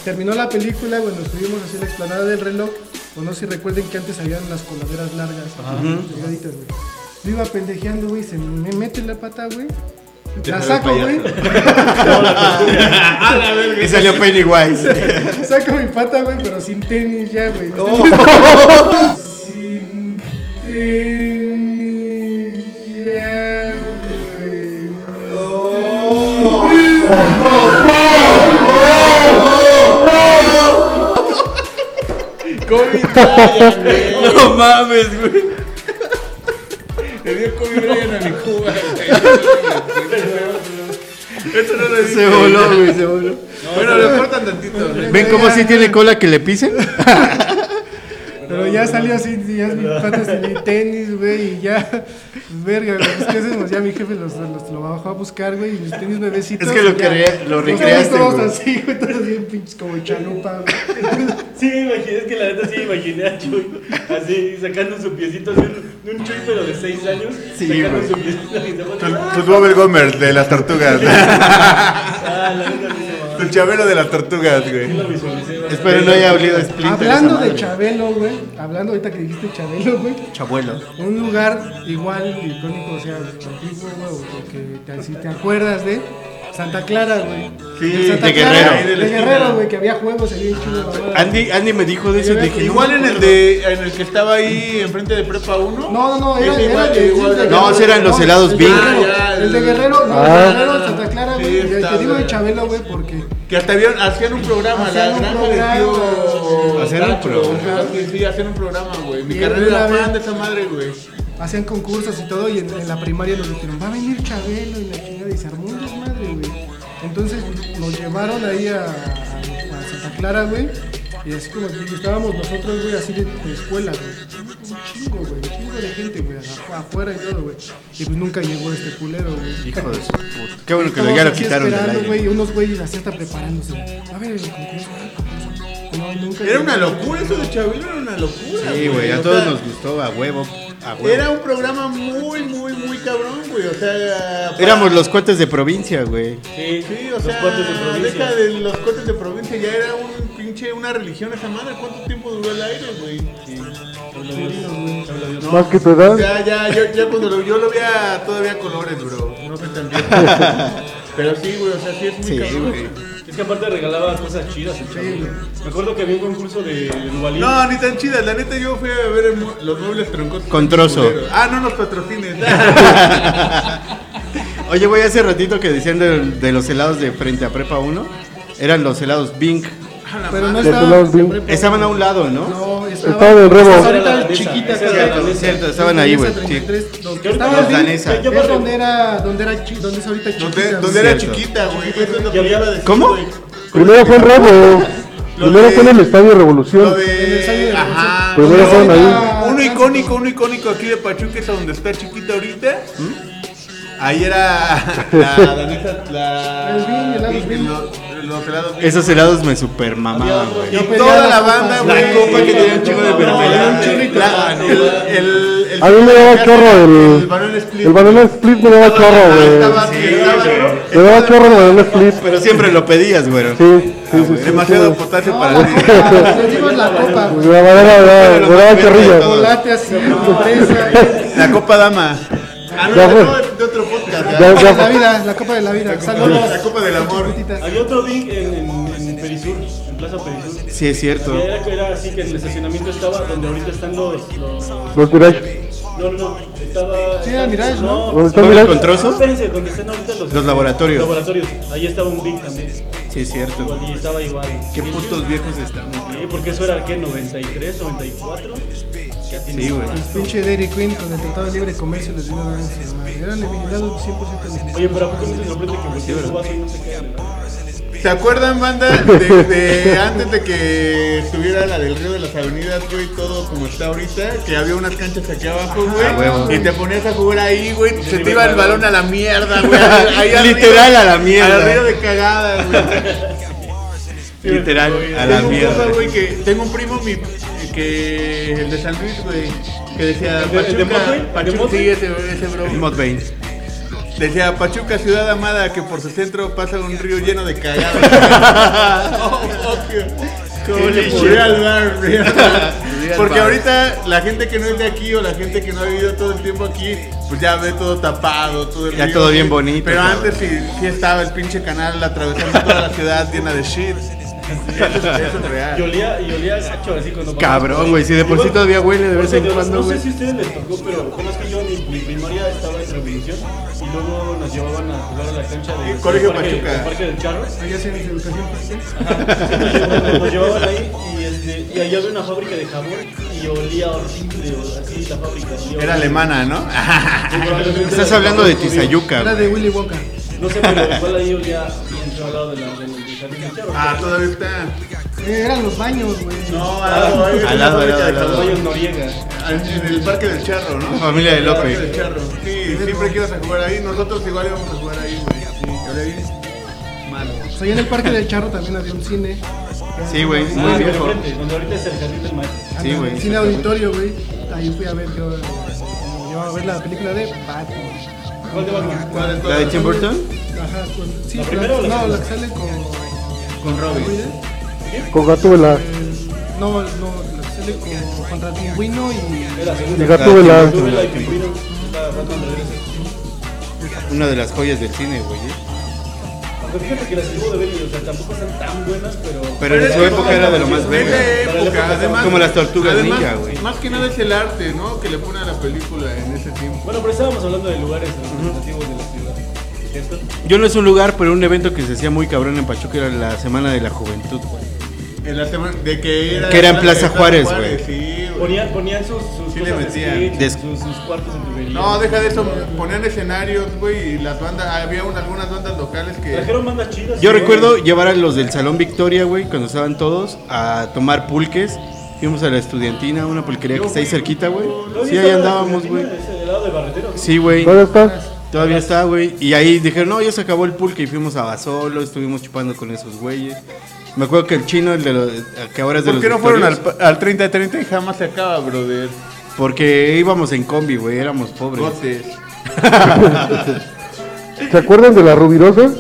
S4: Terminó la película, güey, nos subimos hacia la explanada del reloj. O no sé si recuerden que antes habían las coladeras largas, delgaditas, güey. Yo iba pendejeando, güey, se me mete la pata, güey. La
S2: fue
S4: saco,
S2: el
S4: güey.
S2: Y salió Pennywise.
S4: Saco mi pata, güey, pero sin tenis ya, güey. sin tenis ya, güey.
S2: No mames, güey.
S5: Le dio Kobe Bryant a mi Cuba, güey. Eso no lo dice.
S2: Se voló, güey, se voló.
S5: Bueno, le cortan tantito. güey.
S2: ¿Ven cómo sí tiene cola que le pisen?
S4: Pero ya salió así, ya es mi pata sin mi tenis, güey, y ya. Verga, güey, pues, ¿qué hacemos? Ya mi jefe los, los- lo bajó a buscar, güey, y mis tenis nuevecitos.
S2: Es que lo
S4: y ya.
S2: crea- lo
S4: Los tenis
S2: recreaste,
S4: Todos
S2: güey.
S4: así, güey, todos bien pinches como chalupa, güey.
S1: Sí, me imaginé, es que la neta sí me imaginé a Chuy así sacando su piecito así, de un Chuy pero de 6 años.
S2: Sí,
S1: sacando
S2: güey.
S1: su piecito y se pone,
S5: Tus-
S2: Pues
S5: Tus Bobel Gomers de las tortugas.
S1: Ah, la neta sí se va.
S5: Tu chabelo de las tortugas, güey.
S1: Lo visualicé, va.
S2: Espero no haya olido Splinter.
S4: Hablando
S2: esa
S4: de
S2: madre.
S4: Chabelo, güey, hablando ahorita que dijiste Chabelo, güey,
S2: Chabuelo.
S4: un lugar igual icónico, o sea, antiguo, güey, o que te, si te acuerdas de Santa Clara, güey.
S5: Sí,
S4: El Santa
S2: de Ah,
S4: Clara,
S2: Guerrero. Ahí
S5: de la
S4: De
S5: esquina.
S4: Guerrero, güey, que había juegos ahí en Chile.
S2: Andy, Andy me dijo de eso y dije.
S5: Igual en el de en el que estaba ahí enfrente de Prepa
S4: No,
S5: 1.
S4: no, no, era,
S5: Ese
S4: era
S5: igual-
S4: de,
S5: igual-
S4: de-
S2: No, ese eran los helados
S4: el de
S2: Bing.
S4: Guerrero,
S5: Ah, ya,
S4: el de
S5: el-
S4: Guerrero, no,
S7: Ah.
S4: el de Guerrero, Santa Clara,
S5: Sí,
S4: güey. y
S5: está,
S4: te digo de
S5: güey.
S4: Chabelo, güey, porque
S5: Que hasta habían, hacían un programa,
S4: Hacían
S5: la
S4: un
S5: granja
S4: programa.
S5: de tío.
S2: Hacían un
S5: Tacho,
S2: programa.
S5: ajá, Sí, sí, hacían un programa, güey. Mi
S4: Y
S5: carnal
S4: una
S5: era
S4: vez-
S5: fan de esa madre, güey.
S4: hacían concursos y todo, y en, en la primaria nos dijeron, va a venir Chabelo, y la chingada, y se armó un desmadre, güey. Entonces nos llevaron ahí a, a Santa Clara, güey. Y así como que estábamos nosotros, güey, así de, de escuela, güey. Un chingo, güey, un chingo de gente, güey, afu- afuera y todo, güey. Y pues nunca llegó este culero, güey.
S2: Hijo de su puta. Qué bueno que lo-
S4: Estamos
S2: ya lo
S4: así
S2: quitaron del
S4: esperando,
S2: aire.
S4: güey, y unos güeyes así hasta preparándose. A ver, ¿con quién se va? ¿Con quién se va? No, nunca
S5: Era
S4: llegó.
S5: una locura eso de Chabelo, era una locura.
S2: Sí, güey,
S5: o
S2: a todos
S5: sea,
S2: nos gustó, a huevo. A huevo.
S5: Era un programa muy, muy, muy cabrón, güey. O sea. para-
S2: Éramos los cuates de provincia, güey.
S1: Sí,
S5: Sí, o
S1: los
S5: sea,
S1: cuates de provincia.
S5: deja de los cuates de provincia ya era un pinche, una religión esa madre. ¿Cuánto tiempo duró el aire, güey? No,
S7: Más que tu edad.
S5: Ya, ya, yo, ya cuando lo, yo lo veía todavía a colores, bro. No sé tan bien. Pero sí, güey, o sea, sí es muy
S2: Sí,
S5: cabrón.
S2: güey.
S1: Es que aparte regalaba cosas chidas. el chavo. Me acuerdo que había un concurso de Duvalín.
S5: No, ni tan chidas. La neta, yo fui a ver el mu- los muebles troncosos.
S2: Con trozo.
S5: Culeros. Ah, no nos patrocines.
S2: Oye, güey, hace ratito que decían de, de los helados de frente a Prepa 1, eran los helados Bink.
S4: Pero no
S7: De tu lado,
S4: estaba.
S7: Bim.
S2: Estaban a un lado, ¿no?
S4: No,
S7: Estaba de rebo.
S4: Estaba
S1: Esa era la
S4: ahorita
S1: danesa,
S4: chiquita,
S1: esa era la
S4: güey.
S2: Es cierto, estaban ahí, güey. sí.
S4: 33,
S1: Que
S4: donde
S1: ahorita
S4: estaba
S2: Los
S1: ya-
S4: Bim,
S2: daneses. danesa.
S1: ya- ya
S4: Es
S1: barrio-
S4: donde era, donde era, chi- donde es ahorita chiquita.
S5: Donde,
S4: güey.
S5: donde era
S2: Cierto.
S5: chiquita, güey. Eso es lo que
S1: Ya había-
S5: iba a decir,
S2: ¿Cómo?
S5: güey.
S7: Primero fue en rebo. Primero fue en el Estadio Revolución.
S5: Lo de-
S4: En el estadio de la
S5: Ajá. Ah,
S7: Revolución. Primero fueron ahí.
S5: Uno icónico, uno icónico aquí de Pachuca, es a donde está chiquita ahorita.
S2: ¿Mm?
S5: Ahí era la danesa, la.
S4: El Bing, helados Bing.
S5: los- Los helados Bing.
S2: Esos helados me super mamaban,
S5: Y
S2: güey.
S4: pedía
S5: toda
S4: las
S5: la
S4: copas.
S5: banda,
S4: La
S5: güey.
S1: copa que tenía
S5: un chingo de
S1: mermelada.
S7: A mí me daba chorro el-
S5: El banana split.
S7: El banana split me daba chorro,
S5: Ah,
S7: güey.
S5: estaba- estaba-
S7: Me daba chorro el banana split.
S2: Pero siempre lo pedías, güey.
S7: Sí, sí, sí. sí,
S5: Demasiado
S7: sí.
S5: potasio
S4: No,
S5: para
S4: la
S5: ti.
S4: copa, les digo la copa,
S7: Me
S4: güey.
S7: daba, me daba, me daba chorrillo.
S4: Chocolate así, fresa. güey.
S2: La Copa Dama.
S5: Ah, no,
S7: Ya
S5: no,
S7: fue.
S5: de otro podcast.
S7: Ya,
S5: ¿verdad?
S4: La copa de la
S7: ya.
S4: vida, la copa de la vida. Saludos.
S5: La copa del amor.
S4: Chiquititas.
S1: Había otro ding en, en, en Perisur, en Plaza Perisur.
S2: Sí, es cierto.
S1: Que era, que era así que en el estacionamiento estaba donde ahorita están los. los-
S7: Los Mirage.
S1: No, no, no. Estaba.
S4: Sí, era Mirage, ¿no?
S7: ¿Dónde
S2: ¿Doble
S7: está
S2: con
S7: Mirage?
S1: No,
S2: trozos?
S1: espérense, donde están ahorita los.
S2: Los laboratorios.
S1: laboratorios. Ahí estaba un ding también.
S2: Sí, es cierto.
S1: Y estaba igual.
S2: Qué putos viejos estamos.
S1: Sí, porque eso era que 93, 94. Ya tiene
S2: Sí, güey.
S4: Pinche Dairy Queen con el Tratado de Libre Comercio les dio una madre. Eran eliminados 100%
S1: Oye, pero ¿a poco no te sorprende que Gutiérrez Suazo no se quede en el agua?
S5: ¿Se acuerdan, banda? De, de antes de que estuviera la del Río de las Avenidas, güey, todo como está ahorita, que había unas canchas aquí abajo,
S2: Ah, huevo.
S5: güey, y te ponías a jugar ahí, güey, se te iba el balón a la mierda, güey. ahí al río-
S2: Literal a la mierda.
S5: Al río de cagadas, güey.
S2: Literal, a la
S5: Tengo un compa,
S2: mierda.
S5: güey, que tengo un primo mi, que el de San Luis, güey, que decía
S1: ¿El de- el de Motley? ¿El de
S5: Pachuca, Pachuca,
S1: Motley?
S5: sí, ese, ese bro.
S2: Mod Bane.
S5: Decía Pachuca, ciudad amada, que por su centro pasa un río lleno de cagadas. oh, obvio. Como le pudiera al bar, güey. Porque ahorita la gente que no es de aquí o la gente que no ha vivido todo el tiempo aquí, pues ya ve todo tapado, todo el
S2: Ya
S5: río,
S2: todo bien
S5: güey.
S2: bonito,
S5: Pero
S2: cabrón.
S5: antes sí, sí estaba el pinche canal atravesando toda la ciudad llena de shit. Eso, es- eso es
S1: Y
S5: real.
S1: olía, y olía gacho así cuando
S2: Cabrón, güey, si de por sí
S1: Igual-
S2: todavía huele de vez
S1: porque
S2: en
S1: yo-
S2: cuando,
S1: No sé
S2: güey.
S1: si a ustedes les tocó, pero como es que yo, mi, mi primaria estaba en Revolución y luego nos llevaban a jugar a la cancha de,
S5: El Colegio
S1: del parque,
S5: Pachuca.
S1: del parque del Charro.
S4: Allá se les educación presencial.
S1: Ajá. Nos llevaban ahí y, este, y ahí había una fábrica de jabón y olía horrible, así la fábrica. olía
S5: Era
S1: horrible.
S5: alemana, ¿no?
S1: Sí, probablemente
S2: Estás
S1: era
S2: hablando de
S1: jabón judío.
S2: Tizayuca.
S4: Era
S2: Ah, güey.
S4: de Willy Wonka.
S1: No sé, pero igual ahí olía bien feo al lado de la, del Jardín del Charro.
S5: Ah, todavía está.
S4: Eh, Eran los baños, güey.
S5: No, al lado, ahí
S2: Al lado,
S5: está la
S2: al lado,
S5: fábrica de
S2: al lado.
S5: caballos.
S1: Caballos Noriega.
S5: En en el parque del charro, ¿no?
S2: Familia de
S5: El parque del
S2: López.
S5: charro. Sí, siempre que ibas a jugar ahí, nosotros igual íbamos a jugar ahí, güey. Sí, ahora ahí, Malo.
S4: Pues allá en el Parque del Charro también había un cine.
S2: Sí, güey,
S1: Ah,
S2: muy
S1: de
S2: viejo.
S1: frente, donde ahorita es el jardín del maestro.
S2: Sí, güey.
S4: Cine auditorio, güey. Ahí fui a ver yo. me Llevaba a ver la película de Batman.
S1: ¿Cuál de Batman?
S5: ¿Cuál es
S2: ¿La de Tim Burton?
S4: Ajá, con. Sí,
S1: ¿La primera o la
S4: No,
S1: segunda?
S4: la que sale con.
S5: Con Robin.
S7: Con Gatúbela.
S4: No, no, la que sale con. Contra Pingüino y.
S1: Era la
S7: Y
S1: segunda.
S7: Gatúbela.
S1: Tuve la de Pingüino, la Batman regresa.
S2: Una de las joyas del cine, güey. ¿eh?
S1: Aunque fíjate que las acabo de ver y o sea, tampoco están tan buenas, pero.
S2: Pero en su época era de lo más verga.
S5: Esa época, además.
S2: Como las tortugas
S5: además,
S2: ninja, güey.
S5: Más que nada es el arte, ¿no? Que le pone a la película en ese tiempo.
S1: Bueno, pero estábamos hablando de lugares representativos de la ciudad. ¿Cierto?
S2: Yo no es un lugar, pero un evento que se hacía muy cabrón en Pachuca era la Semana de la Juventud, güey.
S5: En la semana- de que era.
S2: Que era en Plaza Juárez, güey.
S5: Sí,
S1: Ponían, ponían sus, sus
S5: Sí le
S1: cosas de
S5: metían.
S1: sketch,
S2: Des-
S1: sus, sus cuartos en primería.
S5: No, deja de eso. Ponían escenarios, güey, y las bandas. Había un- algunas bandas locales que.
S1: Trajeron bandas chidas.
S2: Yo
S1: güey.
S2: recuerdo llevar a los del Salón Victoria, güey, cuando estaban todos, a tomar pulques. Fuimos a la estudiantina, una pulquería que está ahí cerquita, güey.
S1: Todavía
S2: Sí, ahí
S1: estaba la
S2: andábamos, güey.
S1: cantina, ese, Del lado de Barreteros.
S2: Sí, güey.
S7: ¿Dónde estás?
S2: Todavía está, güey. Y ahí dijeron, no, ya se acabó el pulque y fuimos a Basolo, estuvimos chupando con esos güeyes. Me acuerdo que el chino, el de los, que ahora es de
S5: ¿Por
S2: los
S5: qué no fueron al,
S2: Victorios,
S5: al 30-30 y jamás se acaba, brother?
S2: Porque íbamos en combi, güey, éramos pobres.
S5: Gotes.
S7: ¿Se acuerdan de la rubirosa?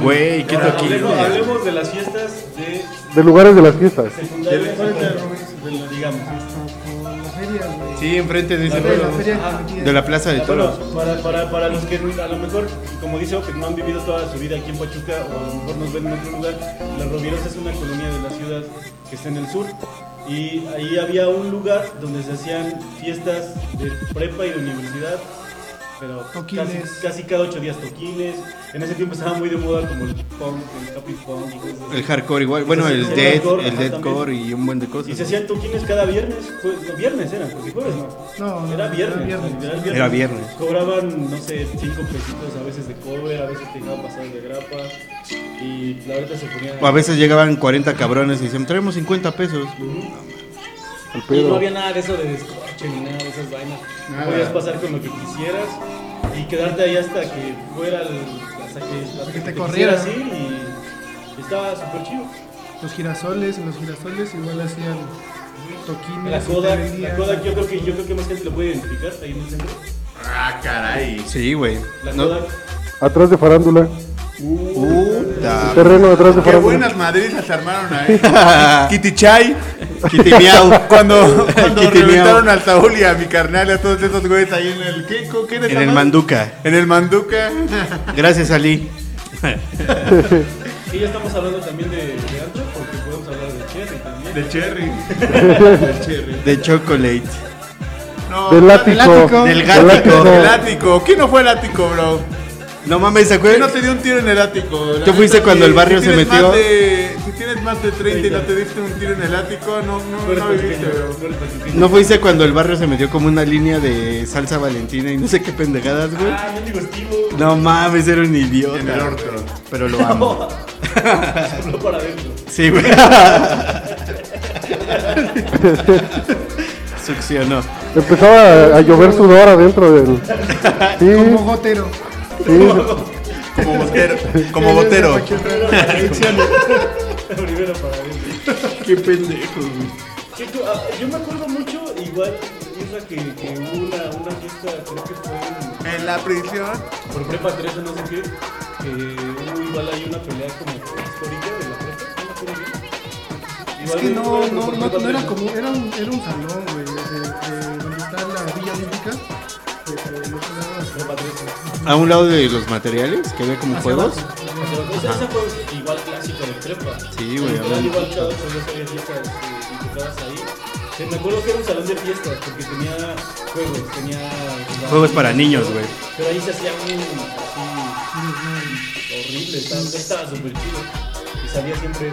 S2: Güey, qué toquín,
S1: Hablemos,
S2: güey.
S1: hablemos de las fiestas de
S7: De lugares de las fiestas.
S1: secundarias, de- digamos.
S4: Hasta la feria, güey.
S2: Sí, enfrente de ese
S4: De la
S2: pueblo.
S4: feria
S1: Ah,
S2: De la Plaza de
S1: Bueno,
S2: Toros.
S1: para, para, para los que a lo mejor, como dice Ope, no han vivido toda su vida aquí en Pachuca o a lo mejor nos ven en otro lugar, La Rovirosa es una colonia de la ciudad que está en el sur y ahí había un lugar donde se hacían fiestas de prepa y de universidad, pero
S4: Toquines.
S1: Casi, casi cada ocho días toquines. En ese tiempo estaba muy de moda como el punk, el happy punk. y cosas así.
S2: El hardcore igual. Bueno, el
S1: El
S2: dead,
S1: hardcore,
S2: el
S1: ajá,
S2: deadcore y un buen de cosas.
S1: Y se
S2: güey.
S1: hacían toquines cada viernes. Jue- no, viernes eran, porque jueves no.
S4: No, no,
S1: era viernes.
S4: era viernes.
S1: literal
S2: Era viernes.
S1: Cobraban, no sé, cinco pesitos a veces de cobre, a veces te dejaban pasar de grapa. Y la verdad se ponían.
S2: A veces llegaban 40 cabrones y decían, traemos 50 pesos.
S7: El
S1: Y no
S7: pedo.
S1: había nada de eso de descorche ni nada de esas vainas. Podías pasar con lo que quisieras y quedarte ahí hasta que fuera el. hasta que, hasta
S4: que te
S1: quisiera
S4: corrieran.
S1: así y. y Estaba súper chido.
S4: Los girasoles, en los girasoles igual hacían toquines.
S1: La coda, la
S4: hotelerías.
S1: coda yo creo que yo creo que más gente lo puede identificar ahí en el centro.
S5: Ah, caray.
S2: Sí, güey.
S1: La
S2: No-
S1: Kodak,
S7: Atrás de farándula.
S2: Puta.
S7: Terreno atrás de
S5: Qué
S7: farándula.
S5: buenas madrizas se armaron ahí.
S2: Kitty Chai. Kitty Miau.
S5: Cuando, cuando
S2: Kitty Miau.
S5: reventaron al Saúl y a mi carnal y a todos esos güeyes ahí en el. ¿Qué, ¿Qué era
S2: En
S5: esa
S2: el
S5: madre?
S2: Manduca.
S5: En el Manduca.
S2: Gracias, Ali.
S1: Y ya estamos hablando también de, de antro, porque podemos hablar de Cherry también.
S5: De Cherry.
S2: De Chocolate.
S5: No,
S7: Del
S5: ático.
S7: ático.
S2: Del
S7: Del
S2: ático.
S5: El
S7: ático.
S5: ático. ¿Quién no fue el ático, bro?
S2: No mames, ¿se
S5: ¿Quién no
S2: acuerdan?
S5: te dio un tiro en el ático? La
S2: ¿Tú fuiste
S5: neta,
S2: cuando
S5: si-
S2: el barrio
S5: si
S2: se
S5: tienes
S2: metió?
S5: más de- si tienes más de 30 y no te diste un tiro en el ático, no, no, no viviste, bro.
S2: ¿No fuiste cuando el barrio se metió como una línea de salsa valentina y no sé qué pendejadas, güey?
S1: Ah, yo digo estimo.
S2: No mames, era un
S5: En el
S2: idiota.
S5: orto.
S2: Pero lo amo.
S1: Solo para adentro.
S2: Sí, güey. Succionó.
S7: Empezaba a, a llover sudor adentro del.
S4: Como
S7: Sí,
S4: gotero.
S7: sí.
S5: Como botero. Como botero.
S1: Primero para adentro.
S2: Qué pendejo, güey.
S1: Chico, ah, yo me acuerdo mucho, igual, Isra, que, que hubo una, una fiesta, creo que fue en-
S5: En la prisión.
S1: por prepa 3 o no sé qué, que hubo igual hay una pelea como histórica de la prepa. no me acuerdo bien.
S4: Es
S1: Igual
S4: que
S1: hubo
S4: no,
S1: por
S4: no, no,
S1: prepa
S4: no era
S1: tres.
S4: como, era un, era un salón, güey, de, de donde está la Villa Olímpica, de- de los lados,
S1: Prepa tres.
S2: A un lado de los materiales, que había como
S4: hacia
S2: juegos.
S4: abajo.
S1: O sea, esa fue igual clásica de prepa.
S2: Sí, güey,
S1: Literal,
S2: hablan
S1: Igual
S2: mucho.
S1: cada ocho días había fiestas eh, y tocabas ahí. Sí, Me acuerdo que era un salón de fiestas porque tenía juegos, tenía...
S2: Juegos para niños, güey.
S1: Pero ahí se hacía un... así, horrible, estaba estaba súper chido. Y salía siempre...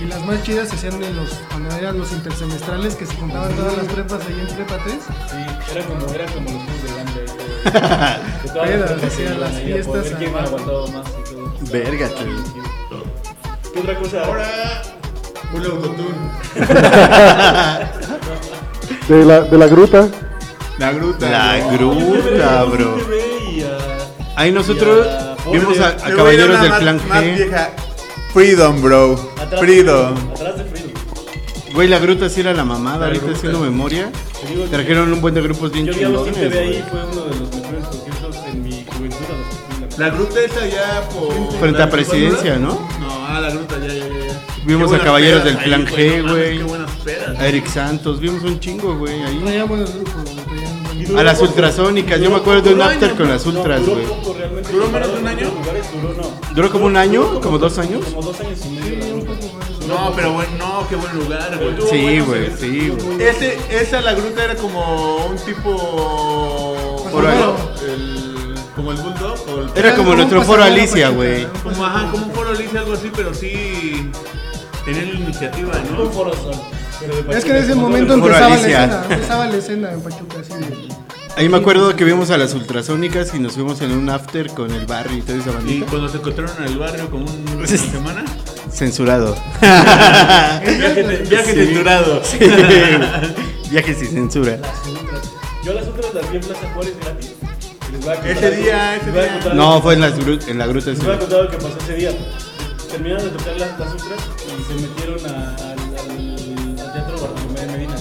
S4: Y las más chidas se hacían en los, cuando eran los intersemestrales que se juntaban todas las prepas ahí en Prepa 3.
S1: Sí, era como, era como los clubes del hambre. eh, que todas
S4: Pedas,
S1: personas se
S4: hacían
S1: iban
S4: las
S1: ahí a
S4: fiestas
S1: poder quién
S4: abajo.
S1: aguantaba más y todo.
S2: Verga,
S1: Estaba bien
S2: tío.
S1: chido. ¿Qué otra cosa?
S5: Ahora. Un autotune.
S7: De la, de la gruta.
S5: La gruta.
S2: La
S1: Puta,
S2: gruta, bro. Ahí nosotros vimos a, a
S5: Te voy ir
S2: Caballeros
S5: una
S2: del
S5: más-
S2: Clan
S5: Más
S2: G.
S5: vieja. Freedom, bro. Freedom.
S1: Atrás de Freedom.
S2: Güey, la gruta sí era la mamada, ahorita
S1: gruta.
S2: haciendo memoria.
S1: Te digo que-
S2: Trajeron un buen de grupos bien
S1: Yo digamos que
S2: chingones.
S1: de ahí
S2: güey.
S1: fue uno de los mejores conciertos en mi juventud a los que fui.
S5: La gruta es allá por.
S2: Frente
S5: ¿la
S2: a presidencia, ¿no?
S5: No, ah, la gruta, ya, ya, ya.
S2: Vimos a Caballeros del Clan
S5: plan
S2: G, güey.
S5: Qué buenas pedas.
S2: A Eric Santos, vimos un chingo, güey, ahí.
S4: Traían buenos grupos, güey, traían buenos-
S1: duró
S2: A las
S1: poco.
S2: ultrasónicas, yo
S1: Duró
S2: me acuerdo de un
S1: poco.
S2: after con las
S1: No,
S2: ultras,
S1: duró
S2: güey.
S1: poco realmente.
S5: ¿Duró menos de un
S1: Comparado
S5: año?
S1: con otros lugares, duró, no.
S2: ¿Duró como un año? ¿Como dos años?
S1: Como dos años y medio. la
S4: un
S1: neta.
S4: poco más.
S5: No, pero bueno, no, qué buen lugar, güey.
S1: Estuvo
S2: Sí,
S1: bueno,
S2: güey,
S1: se-
S2: sí,
S1: estuvo
S2: güey.
S1: muy bueno.
S5: Ese, esa la gruta era como un tipo.
S2: Por ahí.
S5: El, como el bulldog. O el,
S2: Era como
S4: un
S2: nuestro
S4: paseo
S2: foro
S4: a la
S2: Alicia,
S4: Pachuca,
S2: güey.
S4: ¿no?
S5: como, ajá, como un polo lice, algo así, pero sí.
S8: tenían la iniciativa,
S1: Un
S8: ¿no?
S1: foro sol, pero de Pachuca.
S4: Es que en ese momento
S2: Por
S4: empezaba la
S2: Alicia.
S4: escena, empezaba la escena en Pachuca, así de-
S2: Ahí me acuerdo que vimos a las ultrasónicas y nos fuimos en un after con el barrio y toda esa
S8: Y
S2: bandita.
S8: cuando se encontraron en el barrio como un- una semana,
S2: Censurado.
S1: Viaje-
S8: viaje
S1: viaje-
S8: censurado.
S2: Viajes sin censura.
S1: Yo a las otras las vi en Plaza Juárez gratis. y les voy a contar
S5: Ese
S1: algo.
S5: día, ese
S1: Les voy a
S5: día.
S1: contar algo.
S2: No, fue en, las gru- en la gruta.
S1: Les voy a
S2: esa.
S1: contar lo que pasó ese día. Terminaron de tocar las, las ultras y se metieron a- al, al- al teatro Bartolomé de Medina.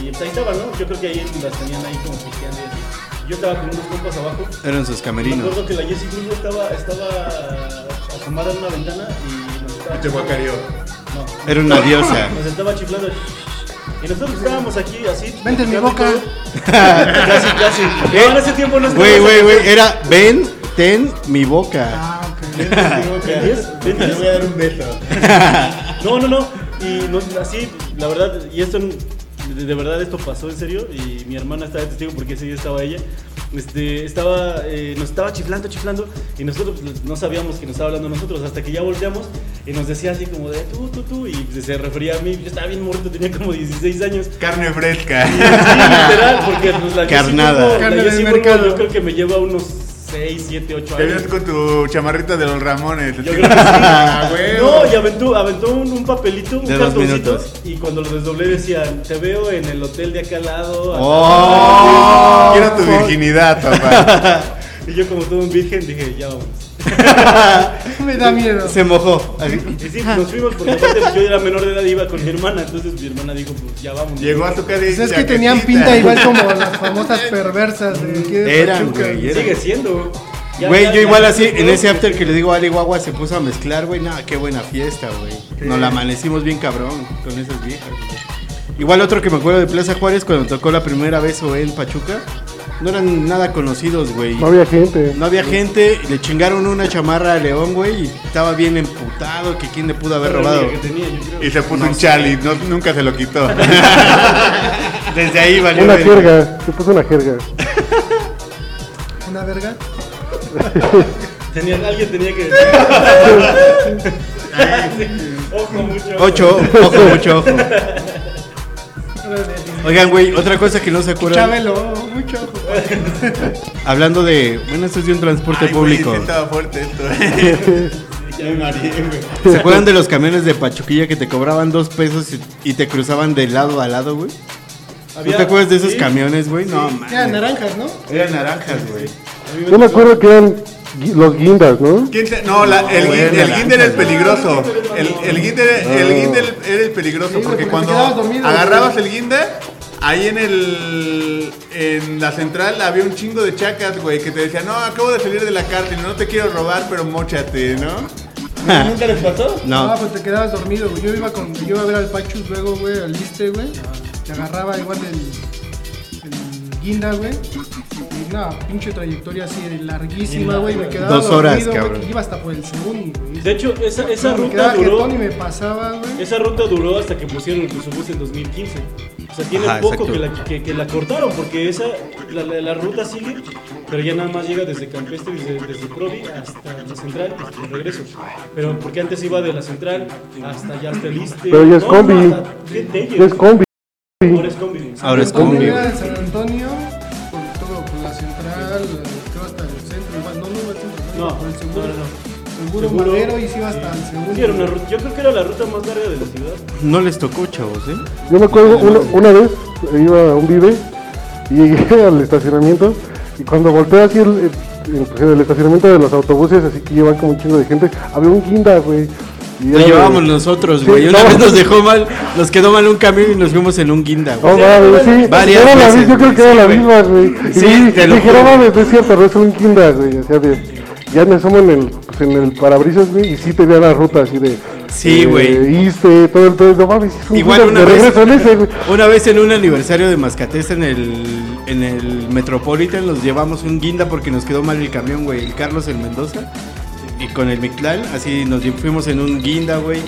S1: Y pues ahí estaban, ¿no? Yo creo que ahí las tenían ahí como pisteando y así. Yo estaba con unos compas abajo.
S2: Eran sus
S1: Me
S2: camerinos.
S1: acuerdo que la Jessie Grillo estaba, estaba asomada en una ventana y nos estaba...
S5: Te guacareó.
S1: No,
S2: Era una diosa.
S1: nos estaba chiflando. Y nosotros estábamos aquí así.
S4: Vente en mi
S1: platicando y
S4: boca.
S1: todo. casi, casi. No, en ese tiempo no estábamos
S2: Güey, güey,
S1: aquí.
S2: güey. Era ven, ten mi boca.
S4: Ah, ok.
S1: ¿Ven diez? ¿Ven
S5: Te
S1: diez?
S5: voy a dar un beso.
S1: No, no, no. Y no, así, la verdad, y esto, de, de verdad, esto pasó en serio. Y mi hermana estaba de testigo porque ese día estaba ella. Este, estaba, eh, nos estaba chiflando, chiflando. Y nosotros pues, no sabíamos que nos estaba hablando a nosotros. Hasta que ya volteamos y nos decía así como de tú, tú, tú. Y pues, se refería a mí. Yo estaba bien morrito, tenía como 16 años.
S5: Carne fresca.
S1: Sí, literal, porque pues, la
S2: Carnada.
S1: Yo sí tengo-
S4: Carne
S1: la yo
S4: del
S1: sí tengo-
S4: mercado.
S1: Yo creo que me lleva unos 6, 7, 8
S5: Te
S1: años.
S5: ves con tu chamarrita de los Ramones.
S1: Yo creo que sí.
S5: Ah, güey.
S1: No, y aventó, aventó un, un papelito, un
S2: De dos
S1: cartoncito.
S2: minutos.
S1: Y cuando lo desdoblé decían, te veo en el hotel de acá al lado.
S2: Oh.
S5: Quiero tu virginidad, papá.
S1: Y yo como todo un virgen dije, ya vamos.
S4: Me da miedo.
S2: Se mojó. así.
S1: Y sí, nos fuimos porque aparte pues, yo era menor de edad y iba con mi hermana. Entonces mi hermana dijo, pues ya vamos.
S5: Llegó a tu casa y
S4: Pues es que
S5: chaquetita.
S4: tenían pinta igual como las famosas perversas de aquí de
S2: Eran,
S4: Pachuca.
S2: güey, eran.
S1: Sigue siendo. Ya- ya-
S2: Güey, yo
S1: ya-
S2: igual así, en ese after que le digo a Ali Guagua se puso a mezclar, güey. Nada, qué buena fiesta, güey. Nos la amanecimos bien cabrón con esas viejas, güey. Igual otro que me acuerdo de Plaza Juárez cuando tocó la primera vez o en Pachuca. No eran nada conocidos, güey.
S7: No había gente.
S2: No había gente, le chingaron una chamarra a León, güey, y estaba bien emputado que quién le pudo haber
S1: Era la
S2: robado.
S1: única que tenía, yo creo.
S5: Y se puso un chali, no- nunca se lo quitó.
S2: Desde ahí valió.
S7: Una
S2: verga.
S7: jerga. Se puso una jerga.
S4: Una verga.
S1: Tenía- alguien tenía que Ojo mucho.
S2: Ocho, ojo, mucho ojo.
S4: Una de-
S2: Oigan, güey, otra cosa que no se acuerdan.
S4: Chabelo, mucho ojo.
S2: Hablando de. Bueno, esto es de un transporte
S5: Ay, güey, sí
S2: público.
S5: estaba fuerte esto.
S1: Ya me mareé, güey.
S2: ¿Se acuerdan de los camiones de Pachuquilla que te cobraban dos pesos y, y te cruzaban de lado a lado, güey? ¿No te
S1: Había-
S2: acuerdas de esos
S1: sí,
S2: camiones, güey? No, mames.
S4: Ya, naranjas, ¿no?
S2: Eran naranjas, güey.
S1: a mí me
S7: Yo me
S1: pasó.
S7: acuerdo que eran gui- los guindas, ¿no?
S5: ¿Quién se- No, la- el,
S2: Güey,
S5: guin- el
S2: naranja,
S5: Ginder es
S2: güey.
S5: peligroso. El, el Ginder, el
S7: Ah.
S5: Ginder era el peligroso
S4: Sí, porque
S5: porque
S4: te
S5: cuando
S4: quedabas dormido,
S5: agarrabas
S4: güey.
S5: el Ginder, ahí en el en la central había un chingo de chacas, güey, que te decían, no, acabo de salir de la cárcel, no te quiero robar, pero mochate, ¿no?
S1: ¿Nunca les pasó?
S4: No,
S2: No.
S4: pues te quedabas dormido, güey. Yo iba con, yo iba a ver al Pachus luego, güey, al Liste, güey. Te agarraba igual el, el guinda, güey. Y no, pinche trayectoria así de larguísima, güey. Me quedaba
S2: Dos horas,
S4: dormido, güey,
S2: cabrón.
S4: que Iba hasta por el segundo, güey.
S1: De hecho, esa, esa
S4: No, me
S1: ruta
S4: quedaba
S1: duró.
S4: jetón y me pasaba, güey.
S1: Esa ruta duró hasta que pusieron el crucibus en 2015. O sea, tiene
S2: Ajá,
S1: poco
S2: exacto.
S1: que la, que, que la cortaron, porque esa, la, la- la ruta sigue, pero ya nada más llega desde Campestre, desde, desde Provi hasta la central y de regreso. Pero porque antes iba de la central hasta ya hasta el Iste.
S7: Pero ya es combi.
S1: hasta Jet Dayer.
S7: Es combi.
S1: Ahora es combi.
S2: Ahora es
S4: Cuando
S2: combi,
S4: iba
S2: güey.
S4: en San Antonio, por todo, por la central, creo hasta el centro, igual. No, no iba al centro,
S1: No,
S4: iba por el
S1: no,
S4: seguro.
S1: no, no.
S4: Seguro,
S1: Seguro,
S4: madero y se iba hasta
S1: sí.
S4: el segundo.
S1: Sí, era una ruta- yo creo que era la ruta más larga de la ciudad.
S2: No les tocó, chavos, ¿eh?
S7: Yo me acuerdo una, una vez iba a un vive y llegué al estacionamiento y cuando volteé así el, el- pues, el estacionamiento de los autobuses, así que llevan como un chingo de gente, había un guinda, güey. Y
S2: Lo
S7: era de-
S2: llevábamos nosotros, güey.
S7: Sí,
S2: Una
S7: no.
S2: vez nos dejó mal, nos quedó mal un camión y nos fuimos en un guinda,
S7: No
S2: güey.
S7: mames, sí,
S2: Varias
S7: era la
S2: veces,
S7: misma, yo creo que
S2: güey,
S7: era la
S2: sí,
S7: misma, güey.
S2: Sí,
S7: y
S2: te lo
S7: dije,
S2: juro.
S7: no mames, no es cierto, no es un guinda, güey. O sea, de- ya me asomo en el, pues, en el parabrisas, güey, y sí te veía la ruta así de...
S2: Sí,
S7: eh,
S2: güey.
S7: Iste, todo el pedo, no mames, es un
S2: Igual
S7: guinda,
S2: una
S7: me
S2: vez-
S7: regreso en ese, güey.
S2: Una vez en un aniversario de Mascates en el, en el Metropolitan nos llevamos un guinda porque nos quedó mal el camión, güey. El Carlos, el Mendoza. Y con el Mictlán, así nos lle- fuimos en un guinda, güey.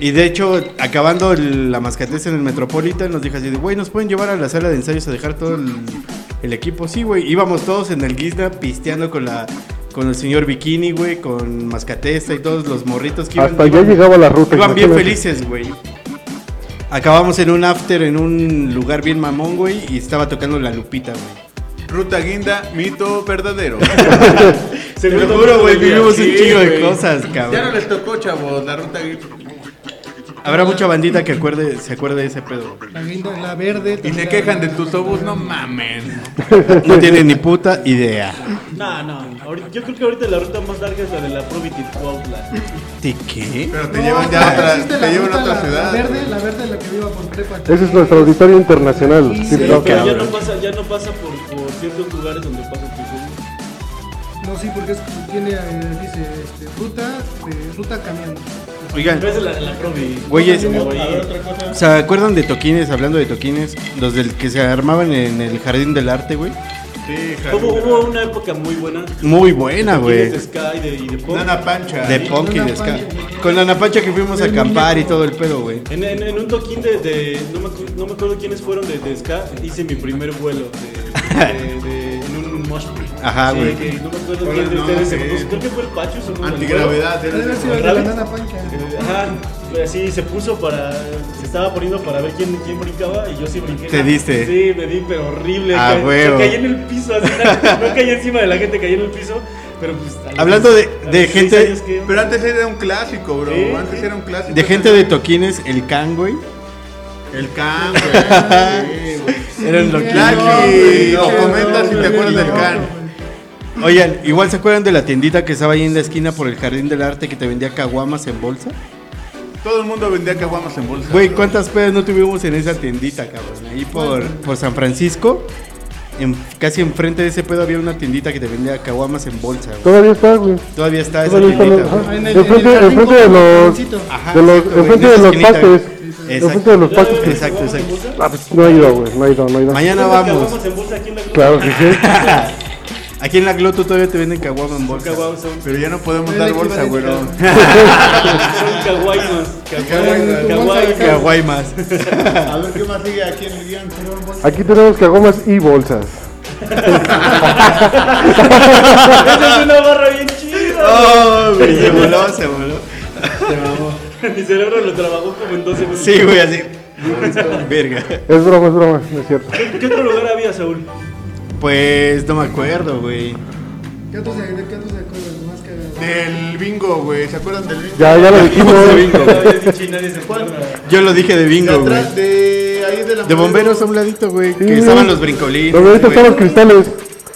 S2: Y de hecho, acabando el- la Mascates en el Metropolitan, nos dijo así de, güey, ¿nos pueden llevar a la sala de ensayos a dejar todo el, el equipo? Sí, güey. Íbamos todos en el guinda pisteando con la... con el señor Bikini, güey, con Mascatesta y todos los morritos que iban.
S7: Hasta allá
S2: iban-
S7: llegaba la ruta.
S2: Iban Pues bien
S7: imagínate.
S2: felices, güey. Acabamos en un after en un lugar bien mamón, güey, y estaba tocando la Lupita, güey.
S5: Ruta Guinda, mito verdadero.
S2: Te
S1: Segundo
S2: lo juro,
S1: punto
S2: güey,
S1: del día.
S2: vivimos
S1: Sí,
S2: un chingo de
S1: güey.
S2: cosas,
S5: ya no
S2: cabrón.
S5: les tocó, chavos, la ruta guinda.
S2: Habrá mucha bandita que acuerde, se acuerde de ese pedo. güey.
S4: La, guinda- la verde.
S5: Y se
S4: también
S5: quejan
S4: la-
S5: de tus obús, no mamen.
S2: No tiene ni puta idea.
S1: No, no, ahorita- yo creo que ahorita la ruta más larga es la de la Probity Cuautla.
S2: ¿De qué?
S5: Pero te
S4: No,
S5: llevan ya
S4: pero
S5: a otra,
S4: existe
S5: te
S4: la
S5: llevan a
S4: ruta,
S5: otra
S4: la-
S5: ciudad.
S4: La verde, la verde, la que viva por prepa.
S7: Ese es nuestro auditorio internacional.
S4: Sí,
S7: Sí,
S4: sí,
S7: no,
S1: Pero ya
S2: cabrón.
S1: no pasa, ya no pasa por, por ciertos lugares donde pasa Tijuana.
S4: No, sí, porque es, tiene, eh, dice, este, ruta, de ruta camión.
S2: Oigan,
S1: Pero es la, la Probity.
S2: Güeyes,
S1: Como
S2: güey.
S1: ahí.
S2: ¿se acuerdan de toquines? Hablando de toquines, los del que se armaban en el Jardín del Arte, güey.
S5: Sí, hija.
S1: Hubo, hubo una época muy buena.
S2: Muy
S1: Tienes
S2: buena, güey.
S1: de Sky y de, y de pop.
S5: Nana Pancha.
S2: De punk y de ska. Con la napacha que fuimos a acampar y todo el pedo, güey.
S1: En, en- en un toquín de, de- no, me, acu- no me acuerdo quiénes fueron de, de Ska, hice mi primer vuelo de, de- de- en un mosh pit.
S2: Ajá,
S1: Sí,
S2: güey.
S1: que no me acuerdo
S5: Hola,
S1: quién de
S5: no,
S1: ustedes se
S5: sí.
S1: puso, creo que fue el Pachus o no,
S2: eh.
S5: Antigravedad.
S4: Debe haber
S5: eres
S4: sido el de la
S1: ¿Rabbit?
S4: nana pancha.
S1: Eh, Ajá, pues así se puso para, se estaba poniendo para ver quién, quién brincaba y yo sí brinqué.
S2: Te diste.
S1: Sí, me di, pero horrible.
S2: Ah,
S1: Ca-
S2: huevo.
S1: Caí en el piso, así, no caí encima de la gente, caí en el piso, pero pues... a los-
S2: Hablando de-
S1: a los
S2: de
S1: seis
S2: gente-
S1: años que-
S5: Pero antes era un clásico, bro.
S1: Sí,
S5: antes
S1: sí.
S5: era un clásico.
S2: De gente de toquines, el can, güey.
S5: El can, güey. Sí, güey.
S2: Eran los
S5: Lucky,
S4: No,
S5: nos
S4: güey,
S5: comentas si
S4: no,
S5: te acuerdas
S4: güey,
S5: del
S4: no,
S5: can.
S2: Oigan, igual se acuerdan de la tiendita que estaba ahí en la esquina por el Jardín del Arte que te vendía caguamas en bolsa.
S5: Todo el mundo vendía caguamas en bolsa.
S2: Güey, ¿cuántas pedas no tuvimos en esa tiendita, cabrón? Ahí por, por San Francisco, en- casi enfrente de ese pedo había una tiendita que te vendía caguamas en bolsa, güey.
S7: Todavía está, güey.
S2: Todavía está esa
S7: Todavía está
S2: tiendita,
S7: la-
S2: güey.
S7: ajá.
S4: En el-
S7: Enfrente-
S4: en el jardín
S7: enfrente de
S4: con el
S7: los-
S4: camioncito.
S2: Ajá,
S7: De los,
S2: exacto, güey,
S7: enfrente
S2: en
S7: de
S2: esa
S7: los
S2: esquinita,
S7: parques.
S2: güey.
S7: Enfrente de
S2: Exacto.
S7: los
S1: ¿Ya
S7: parques.
S1: ves,
S2: Exacto,
S1: jugamos eh, en
S2: exacto.
S1: bolsa?
S7: Ah, pues, No ha ido, güey. No ha ido, no ha ido.
S2: Mañana
S1: Creo que
S2: vamos.
S1: acabamos en bolsa aquí en la cruz.
S7: Claro que sí.
S2: Aquí en la Gloto todavía te venden caguama en bolsa.
S1: Caguamas son-
S5: Pero ya no podemos
S4: El
S5: dar bolsa, güey.
S4: equivalente,
S1: son kawaiinos. Kawaii-
S4: tu
S1: kawaii.
S4: bolsa,
S2: Caguay más.
S5: A ver qué más sigue aquí en el guión.
S7: Aquí tenemos cagomas y bolsas.
S1: Esa es una barra bien chida.
S2: Oh, güey, se voló, se voló.
S1: Mi cerebro lo trabajó como en 12 minutos.
S2: Sí, güey, así. Verga.
S7: Es broma, es broma, no es cierto.
S1: ¿Qué, qué otro lugar había, Saúl?
S2: Pues no me acuerdo, güey.
S4: ¿Qué otros se de qué otros se acuerdan? Más que
S5: Del bingo, güey. ¿Se acuerdan del bingo?
S7: Ya, ya lo dijimos.
S1: Todavía es bichi, nadie se acuerda.
S2: Yo lo dije de
S5: De
S2: bingo, güey.
S5: atrás, de ahí de la.
S2: De bomberos a un ladito, güey.
S7: Sí.
S2: Que estaban los brincolines.
S7: Donde ahorita
S2: güey.
S7: están los cristales.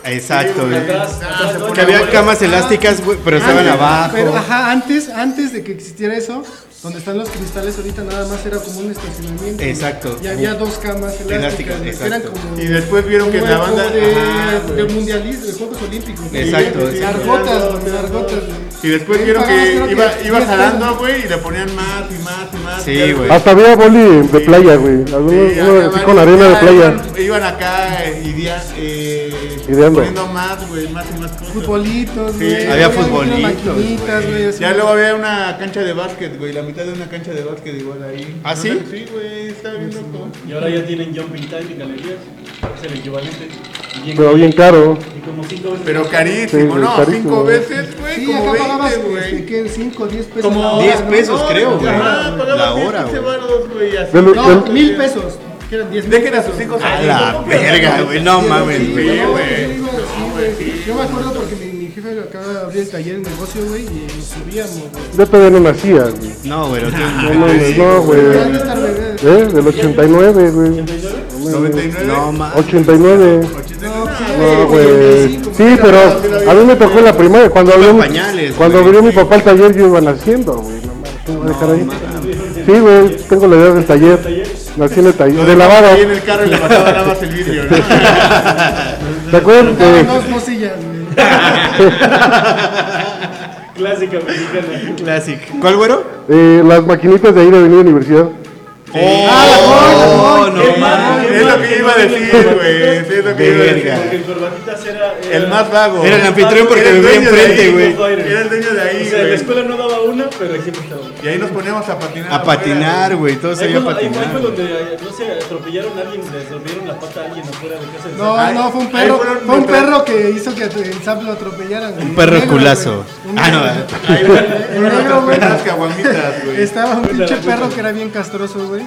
S2: Exacto, güey.
S1: Atrás, atrás, ¿no?
S2: Que había camas elásticas, güey, pero estaban
S4: Antes,
S2: abajo.
S4: Ah, Pero, ajá, antes, antes de que existiera eso, donde están los cristales, ahorita nada más era como un estacionamiento.
S2: Exacto.
S4: Y había dos camas elásticas.
S2: Elásticas,
S4: que
S2: exacto.
S4: Eran como,
S5: Y después vieron que
S4: como
S5: la
S4: el-
S5: banda-
S4: como de,
S5: Ajá, güey.
S4: de mundialismo, de Juegos Olímpicos.
S2: Exacto,
S4: Largotas,
S2: exacto.
S4: Largotas, güey, largotas. güey.
S5: Y después
S4: Ahí
S5: vieron
S4: pagabas,
S5: que
S4: creo
S5: iba, iba
S4: 10
S5: jalando, güey, y le ponían más y más y más.
S2: Sí,
S5: Y ya
S2: güey.
S7: Hasta había boli de playa, güey. Algunos
S5: Sí,
S7: uno
S5: acá
S7: así
S5: van-
S7: con arena de
S5: ya
S7: playa.
S5: Iban, iban acá eh, idea- eh,
S7: Ideando.
S5: poniendo más, güey, más y más cosas.
S4: Futbolitos,
S5: Sí,
S4: güey.
S2: había futbolitos,
S4: maquinitas, güey. así.
S5: Ya luego había una cancha de básquet, güey, la mitad de una cancha de básquet igual ahí.
S2: ¿Ah, sí?
S5: Sí, güey, está bien loco.
S1: Y ahora ya tienen jumping time en galerías. Es el equivalente. Bien-
S7: Pero bien caro.
S1: Y como cinco veces.
S5: Pero
S7: Sí,
S5: carísimo,
S7: güey,
S5: ¿no?
S7: carísimo.
S5: Cinco veces, güey,
S4: Sí,
S5: como
S4: acá pagabas,
S5: 20,
S4: este,
S5: güey.
S4: ¿qué? 5, 10 pesos.
S5: Como
S4: la hora,
S2: 10
S4: ¿no?
S2: pesos, creo, güey.
S4: Ah,
S5: Ajá, pagabas
S2: La
S5: 10,
S2: hora,
S5: 15
S2: güey.
S5: varos, güey, así.
S7: Del-
S4: No,
S7: del-
S4: mil pesos. Que eran 10 mil
S5: Dejen a sus hijos
S2: A
S5: ahí,
S2: la
S5: ¿no?
S2: verga, güey. No mames,
S4: Sí,
S2: güey.
S4: no,
S5: güey.
S4: yo digo, sí, güey. Yo me acuerdo porque mi, mi jefe acaba de abrir el taller en negocio, güey, y nos subíamos, güey.
S7: Yo todavía no nacía, güey.
S2: No, güey.
S7: No mames, no, güey.
S4: Ya no está al revés.
S7: ¿Eh? Del 89, güey.
S5: 99.
S2: No mames.
S7: 89.
S4: No, pues,
S7: No, Ah, güey.
S4: 85,
S7: Sí, pero a mí me tocó en la primaria. Cuando abrió,
S2: pañales,
S7: cuando
S2: güey.
S7: abrió mi papá el taller, yo iba naciendo, güey. No mames, ¿cómo voy a dejar ahí? Sí, güey, tengo la edad del taller. Nací en el taller. De lavada.
S5: Ahí en el carro y le pasaba nada más el vidrio, ¿no?
S7: ¿Te acuerdas?
S4: Ah,
S7: de-
S4: Dos mosillas, güey.
S1: Clásica mexicana.
S2: Classic. ¿Cuál, güero?
S7: Eh, las maquinitas de ahí de Avenida Universidad.
S2: Oh, no,
S1: El
S2: mames.
S1: más- el
S3: Es
S1: más-
S3: lo que
S1: el
S3: iba a
S1: más-
S3: decir, güey. Sí, es lo que iba a
S2: Verga.
S3: decir.
S1: Porque el corbatitas era, era-
S3: El más vago.
S2: Era el anfitrión porque
S3: Era
S2: me
S3: el
S2: vi
S3: dueño de
S2: enfrente,
S3: ahí,
S2: güey.
S3: Era el dueño de ahí,
S1: O sea, la
S3: güey.
S1: escuela no daba una, pero siempre estaba una.
S3: Y ahí nos poníamos a
S5: Ah,
S3: patinar.
S2: A patinar, güey. Todo se
S1: Ahí
S2: iba a
S1: fue- ahí fue
S2: patinar.
S1: donde, eh, no sé, atropellaron a alguien, le rompieron la pata a alguien afuera de casa. de
S4: No,
S3: Ahí-
S4: no, fue un
S3: ahí
S4: perro.
S3: fueron
S4: Fue un
S3: nuestras-
S4: perro que hizo que el zap lo atropellaran. güey.
S2: Un perro
S4: Negro,
S2: culazo.
S4: güey. Un
S2: Ah,
S4: negro.
S2: no.
S3: Ahí
S4: El
S3: fueron
S4: negro,
S3: nuestras
S4: güey.
S3: primeras caguamitas, güey.
S4: Estaba un pinche
S1: puta.
S4: perro que era bien castroso, güey.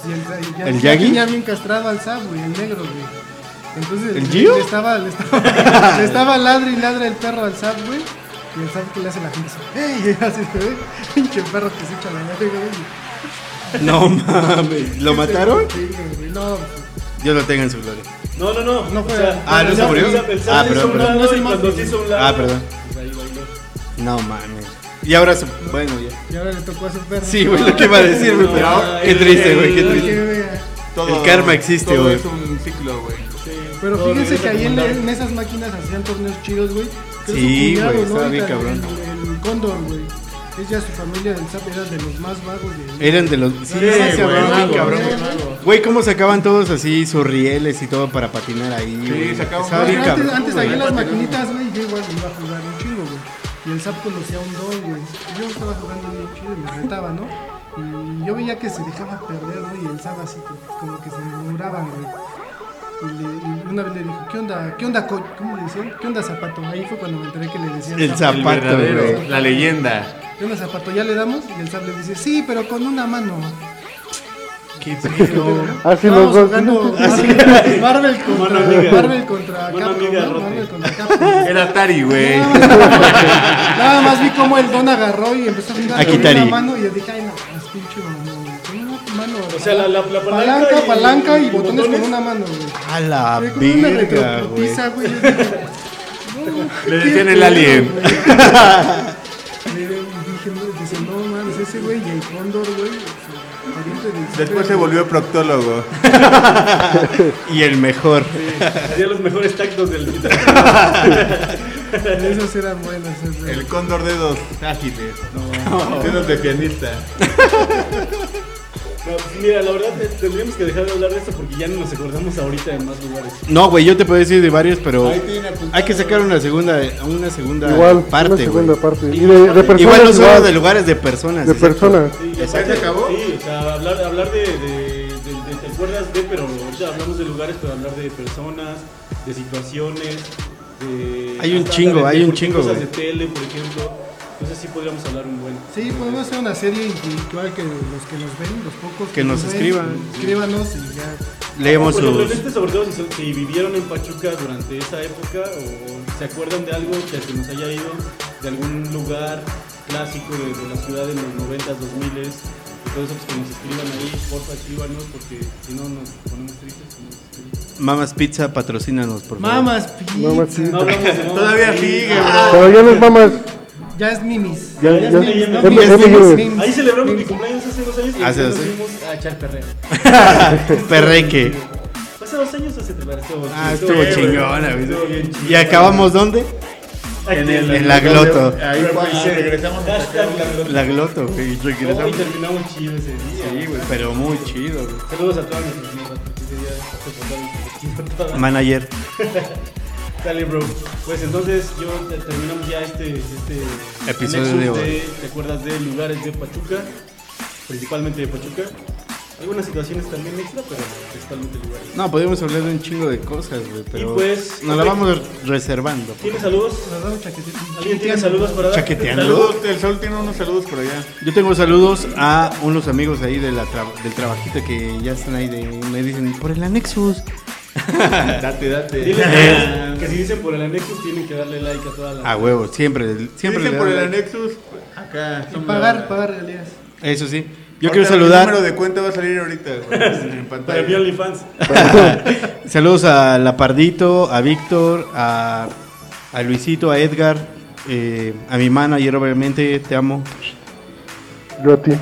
S4: Y el, ya-
S2: ¿El
S4: ya
S2: Yagi?
S4: tenía bien castrado al zap, güey, el negro, güey. Entonces,
S2: ¿El
S4: le-
S2: Gio?
S4: Le estaba, le estaba, le estaba ladre y ladre el perro al zap, güey. Y el zap que le hace la gente así, ¡Ey! Así se ve. Pinche perro que se echa la madre, güey.
S2: No mames. ¿Lo mataron?
S4: Sí, güey, No, pues,
S2: Yo lo tengo en su gloria.
S1: No, no, no.
S4: No fue-
S2: Ah, ¿no se murió? Ah,
S1: ah, perdón,
S2: perdón, perdón.
S1: perdón. cuando se hizo un lado,
S2: Ah, perdón.
S1: pues ahí bailó.
S2: No mames. Y ahora su... Bueno, ya.
S4: y ahora le tocó a su perro.
S2: Sí, güey, lo que iba a decir, güey. pero-
S1: No,
S2: Qué
S1: el-
S2: triste, güey, qué
S1: el-
S4: Ay,
S2: triste.
S4: qué verga.
S3: Todo-
S2: El karma existe,
S3: todo
S2: güey.
S3: Es un ciclo, güey.
S1: Sí,
S4: Pero
S1: todo
S4: fíjense que
S1: regresa
S4: ahí en,
S1: como
S4: en esas máquinas hacían torneos chidos, güey. Creo que
S2: Sí,
S4: su cuñado,
S2: güey, estaba bien
S4: Ahorita
S2: cabrón.
S4: El, el cóndor, güey. Es ya su familia del Zap, era de los más vagos de
S2: Eran de los... Sí,
S4: güey,
S2: se hablaban bien
S4: mago,
S2: cabrón.
S4: bien
S2: Güey, cómo sacaban todos así sus rieles y todo para patinar ahí, güey.
S3: sacaban-
S2: Estaba
S4: Güey,
S2: bien
S4: antes,
S2: cabrón.
S4: antes
S2: güey.
S4: ahí en las maquinitas, güey, yo igual iba a jugar un chingo, güey. Y el Zap conocía a un don, güey. Yo estaba jugando bien chido y me retaba, ¿no? Y yo veía que se dejaba perder, güey, y el Zap así como- como que se murmuraba, güey. Y, le- y una vez le dijo, ¿qué onda? ¿Qué onda, co- ¿Cómo le decían? ¿Qué onda, zapato? Ahí fue cuando me enteré que le decían
S2: El
S4: Zap.
S2: Zap. Pato,
S3: verdadero,
S2: güey.
S3: La leyenda.
S4: ¿Qué onda, zapato? ¿Ya le damos? Y el Zap le dice, sí, pero con una mano.
S2: Qué pedo.
S7: Así
S4: Estábamos
S7: los dos.
S4: jugando Marvel, Marvel contra,
S1: Mano amiga.
S4: Marvel contra
S1: Mano
S4: Capcom.
S1: amiga,
S4: ¿no?
S1: rote.
S4: Marvel contra Capcom.
S3: Era Atari, güey.
S4: Nada más vi cómo el Don agarró y empezó a jugar
S2: Aquí,
S4: con
S2: Tari.
S4: una mano y yo dije, ay, no, es pinche mamón. Con una mano.
S1: O sea, la, la, la palanca,
S4: palanca, palanca y, botones,
S1: botones.
S4: con una mano, güey.
S2: A la
S4: Fue como una
S2: verga, güey.
S4: retroputiza, güey. yo dije,
S3: Le
S4: ¿qué
S3: decían el
S4: pedo,
S3: alien.
S4: güey? Le dije, no, dice, no, mames, ese güey y el cóndor, güey. su pariente del-
S3: Después se volvió proctólogo.
S2: Y el mejor.
S1: Hacía los mejores tactos del
S4: Esas eran buenas, esas.
S3: El cóndor dedos ágiles. Dedos de pianista.
S1: No, pues mira, la verdad eh, tendríamos que dejar de hablar de esto porque ya no nos acordamos ahorita de más lugares.
S2: No, güey, yo te puedo decir de varios, pero
S3: Ahí tiene apuntado.
S2: hay que sacar una segunda, una segunda
S7: Igual,
S2: parte,
S7: una segunda
S2: güey.
S7: parte. Y de, de personas.
S2: Igual no solo
S7: igual,
S2: de lugares, de personas.
S7: de
S2: exacto.
S7: personas.
S1: Sí,
S3: ¿Ya se acabó?
S1: Sí, o sea, hablar, hablar de, de, de- de- ¿Te acuerdas de? Pero ahorita hablamos de lugares, pero hablar de personas, de situaciones. De,
S2: Hay un
S1: hasta
S2: chingo,
S1: de- de
S2: hay un
S1: por qué
S2: chingo,
S1: Cosas
S2: güey.
S1: de tele, por ejemplo. Entonces sí podríamos hablar un buen.
S4: Sí, podemos hacer una serie individual que los que nos ven, los pocos
S2: Que nos
S4: ven,
S2: escriban.
S4: Escríbanos y ya.
S2: Leemos
S1: Por ejemplo, en
S2: sus.
S1: este, sobre todo, si, son- si vivieron en Pachuca durante esa época o se acuerdan de algo que se nos haya ido de algún lugar clásico de, de la ciudad en los 90s, 2000 y todo eso, pues que nos escriban ahí, porfa, escríbanos, porque si no nos ponemos tristes. nos escriben.
S2: Mamas Pizza, patrocínanos, por favor.
S4: Mamas, pizza.
S7: Mamas, pizza.
S1: No hablamos de nada.
S3: Todavía
S1: Sí.
S3: sigue,
S2: Ah.
S7: Pero ya no es mamas.
S4: Ya es mimis.
S7: Ya-
S1: ya-
S4: mimis,
S1: ya-
S4: ¿no?
S1: ya-
S4: Mimis,
S7: ya-
S4: mimis,
S7: ya-
S4: mimis.
S1: Ahí celebramos mi cumpleaños hace dos años y
S2: Hace
S1: nos
S2: dos años.
S1: fuimos a echar perreo.
S2: Perreque.
S1: Hace dos años hace perreo. estuvo chido,
S2: Ah, estuvo
S1: güey.
S2: chingona,
S1: Estuvo bien
S2: güey.
S1: chido.
S2: ¿Y acabamos dónde?
S1: Aquí
S2: En la gloto.
S3: Ahí fue, regresamos a sacar
S1: Hashtag la gloto.
S2: La gloto, güey.
S1: No, y
S2: Regresamos.
S1: terminamos chido ese día.
S2: Sí, güey, pero muy chido, güey.
S1: Saludos a todos nuestros amigos, porque ese día se portaron chido todos.
S2: Manager.
S1: Dale, bro. Pues entonces yo te- terminamos ya este, este
S2: Episodio
S1: nexus
S2: de hoy.
S1: ¿Te acuerdas de lugares de Pachuca? Principalmente de Pachuca. Algunas situaciones también extra, pero principalmente lugares.
S2: No, podemos hablar de un chingo de cosas, güey, pero.
S1: Y pues,
S2: Nos la
S1: ok.
S2: vamos reservando.
S1: ¿Tienes saludos?
S4: Nos damos chaquetitas.
S1: ¿Alguien tiene saludos para dar?
S2: Chaqueteando.
S1: Saludos.
S3: Saludos, el sol tiene unos saludos por allá.
S2: Yo tengo saludos a unos amigos ahí de la tra- del trabajito que ya están ahí. De, me dicen, por el Anexus.
S3: Date, date.
S1: Diles
S2: Eh.
S1: que, que si dicen por el anexus tienen que darle like a toda la...
S2: A huevo, siempre. siempre
S3: Dicen
S2: le
S3: por el
S2: dan-
S3: Anexus, acá.
S4: Y pagar, pagar realidades.
S2: Eso sí. Yo
S3: Ahorita
S2: quiero
S3: El
S2: saludar.
S3: número de cuenta va a salir ahorita, güey, en
S1: Para
S3: pantalla.
S1: mi OnlyFans.
S2: Saludos a Lapardito, a Víctor, a, a Luisito, a Edgar, eh, a mi manager, obviamente, te amo.
S7: Yo a ti.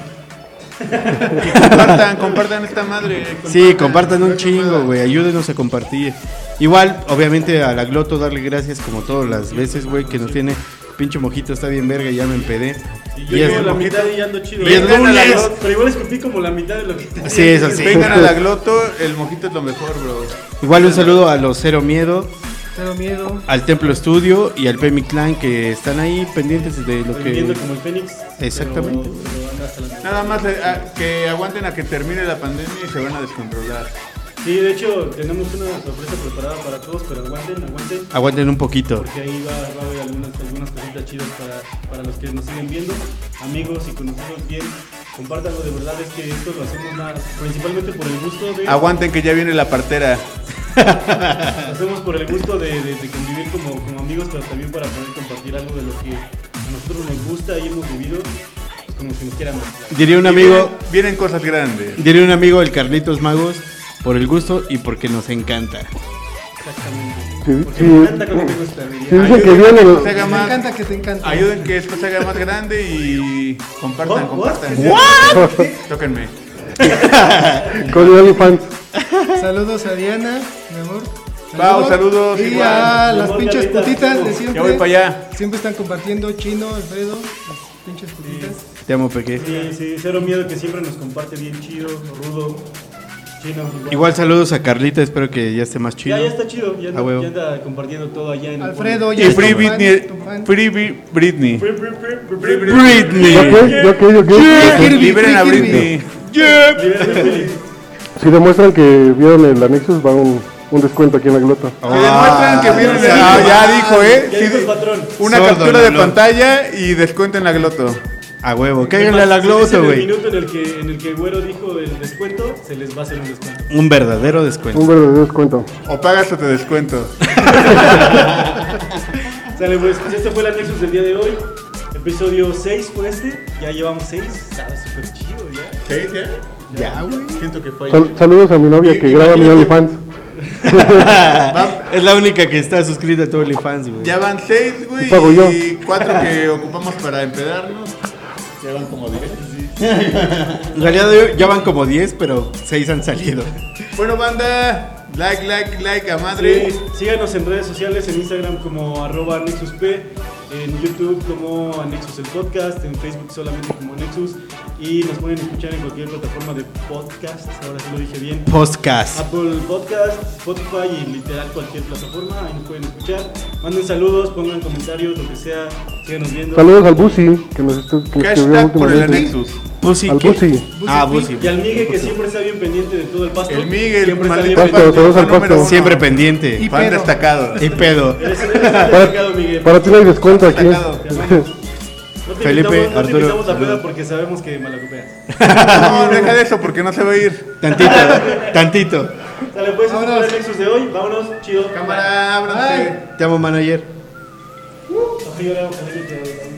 S3: Y compartan, compartan esta madre.
S2: Sí, compartan un chingo, güey. Ayúdenos a compartir. Igual, obviamente, a la Gloto darle gracias como todas las veces, güey, que nos tiene. Pinche mojito está bien verga, ya me empedé.
S1: Y yo
S2: Y es
S1: llevo la
S2: como-
S1: mitad y ando chido.
S2: y es
S1: Vengan a la
S2: lunes.
S1: Gloto, Pero igual escupí como la mitad de lo que tenía.
S2: Sí, eso sí.
S5: Vengan a la gloto, el mojito es lo mejor, bro.
S2: Igual un saludo a los Cero Miedo,
S4: Cero miedo.
S2: al Templo Estudio y al Pemi Clan que están ahí pendientes de lo
S1: Viviendo
S2: que.
S1: como el Fénix. pero-
S2: Exactamente.
S1: pero anda hasta la-
S5: Nada más eh, a- que aguanten a que termine la pandemia y se van a descontrolar.
S1: Sí, de hecho, tenemos una sorpresa preparada para todos, pero aguanten, aguanten.
S2: Aguanten un poquito.
S1: Porque ahí va, va a haber algunas, algunas cositas chidas para, para los que nos siguen viendo. Amigos, si conocemos bien, compártanlo. De verdad es que esto lo hacemos nada, principalmente por el gusto de...
S5: Aguanten que ya viene la partera.
S1: Lo hacemos por el gusto de, de- de convivir como, como amigos, pero también para poder compartir algo de lo que a nosotros nos gusta y hemos vivido, pues, como si nos quieran. mezclar.
S2: Diría un
S5: Y
S2: amigo,
S5: Vienen, vienen cosas grandes.
S2: diría un amigo el Carlitos Magos, por el gusto y porque nos encanta.
S1: Exactamente.
S7: Si,
S1: Porque me
S7: si,
S1: encanta cuando me gusta,
S7: si
S1: diría.
S7: dicen que viene los-
S5: Se haga
S4: Me
S5: más.
S4: encanta que te encanta.
S5: Ayuden que esto se haga más grande y compartan,
S1: ¿What? ¿What?
S5: compartan. Tóquenme.
S7: con el OnlyFans.
S4: Saludos a Diana, mi amor.
S5: Pau, saludos,
S4: Y
S5: igual.
S4: a
S1: Mi
S4: las
S1: amor,
S4: pinches
S1: Carlita,
S4: putitas de
S1: ya
S4: siempre.
S5: voy pa' allá.
S4: Siempre están compartiendo Chino, Alfredo, las pinches putitas.
S2: Te amo, Peque.
S1: Sí, sí, cero miedo que siempre nos comparte bien chido, rudo, chino.
S2: Igual saludos a Carlita, espero que ya esté más chido.
S1: Ya, ya está chido, ya,
S2: Ah, huevo.
S1: anda, ya anda compartiendo todo allá en
S4: Alfredo,
S5: Y
S4: ya es
S5: Free
S4: tu fan,
S5: Britney.
S4: tu fan.
S5: Free Bri- Britney.
S1: Free, free, free, free, free, free.
S2: Britney.
S7: ¿Ya qué? ¿Ya qué? ¿Ya qué?
S4: Kirby,
S5: Liberen a
S4: Free Kirby.
S5: Britney.
S1: Libérate, Félix.
S7: Si demuestran que vieron el anexus, va un, un descuento aquí en la glota.
S5: Que demuestran que vienen de- Ah, ya dijo, ¿eh?
S1: Ya
S5: Sí,
S1: dijo el patrón.
S5: una
S2: Sordo,
S5: captura de
S2: no, no.
S5: pantalla y descuenten la gloto.
S2: A huevo, cáiganle a la
S1: Además, si
S2: globo,
S1: dicen
S2: güey.
S1: El minuto en el que en el que Güero dijo el descuento, se les va a hacer un descuento.
S2: Un verdadero
S7: Un
S2: descuento.
S7: verdadero descuento.
S5: O pagas o te descuento.
S1: Sale, pues, pues, este fue el Nexus del día de hoy. Episodio 6 fue este. Ya llevamos 6. Está súper chido ya.
S2: Ya, güey.
S8: Siento que fue
S7: Sal- saludos a mi novia que graba mi OnlyFans.
S2: es la única que está suscrita a tu OnlyFans, güey.
S5: Ya van seis, güey.
S7: Pago yo.
S5: Y cuatro que ocupamos para empedarnos.
S8: que van como directos.
S2: En realidad ya van como 10, pero 6 han salido.
S5: Bueno, banda. Like, like, like a madre.
S1: Sí, síganos en redes sociales, en Instagram como arroba NexusP, en YouTube como Anexus el Podcast, en Facebook solamente como Nexus y nos pueden escuchar en cualquier plataforma de podcast, ahora sí lo dije bien.
S2: Podcast.
S1: Apple Podcast, Spotify y literal cualquier plataforma, ahí nos pueden escuchar. Manden saludos, pongan comentarios, lo que sea, síganos viendo.
S7: Saludos al Busi, que nos estu- que nos escribió
S5: Hashtag por el
S7: últimamente.
S5: Nexus.
S2: Pussy.
S7: Al
S2: ¿qué?
S7: Busi.
S2: Ah, Busi.
S1: Y al Miguel que siempre está bien pendiente de todo el pasto.
S5: El Miguel,
S1: siempre está bien
S5: maldito
S7: Pasto,
S1: pendiente.
S7: saludos al
S5: número
S7: Pasto.
S5: uno.
S2: Siempre pendiente.
S4: Y
S2: Y,
S5: Fan
S4: pedo.
S5: destacado.
S2: pedo.
S1: Eres, eres el destacado, Miguel.
S7: Para ti no hay descuento aquí.
S5: Destacado.
S1: No te
S2: Felipe,
S1: invitamos, no te
S2: Arturo,
S1: invitamos a
S2: saludos.
S1: peda porque sabemos que malacopeas.
S5: No, deja de eso porque no se va a ir.
S2: Tantito, tantito.
S1: Sale pues, eso fue
S4: Vámonos.
S1: el Nexus de hoy. Vámonos, chido.
S5: Cámara, ábranse.
S2: Te amo, manager.
S1: Ojalá, ojalá, ojalá.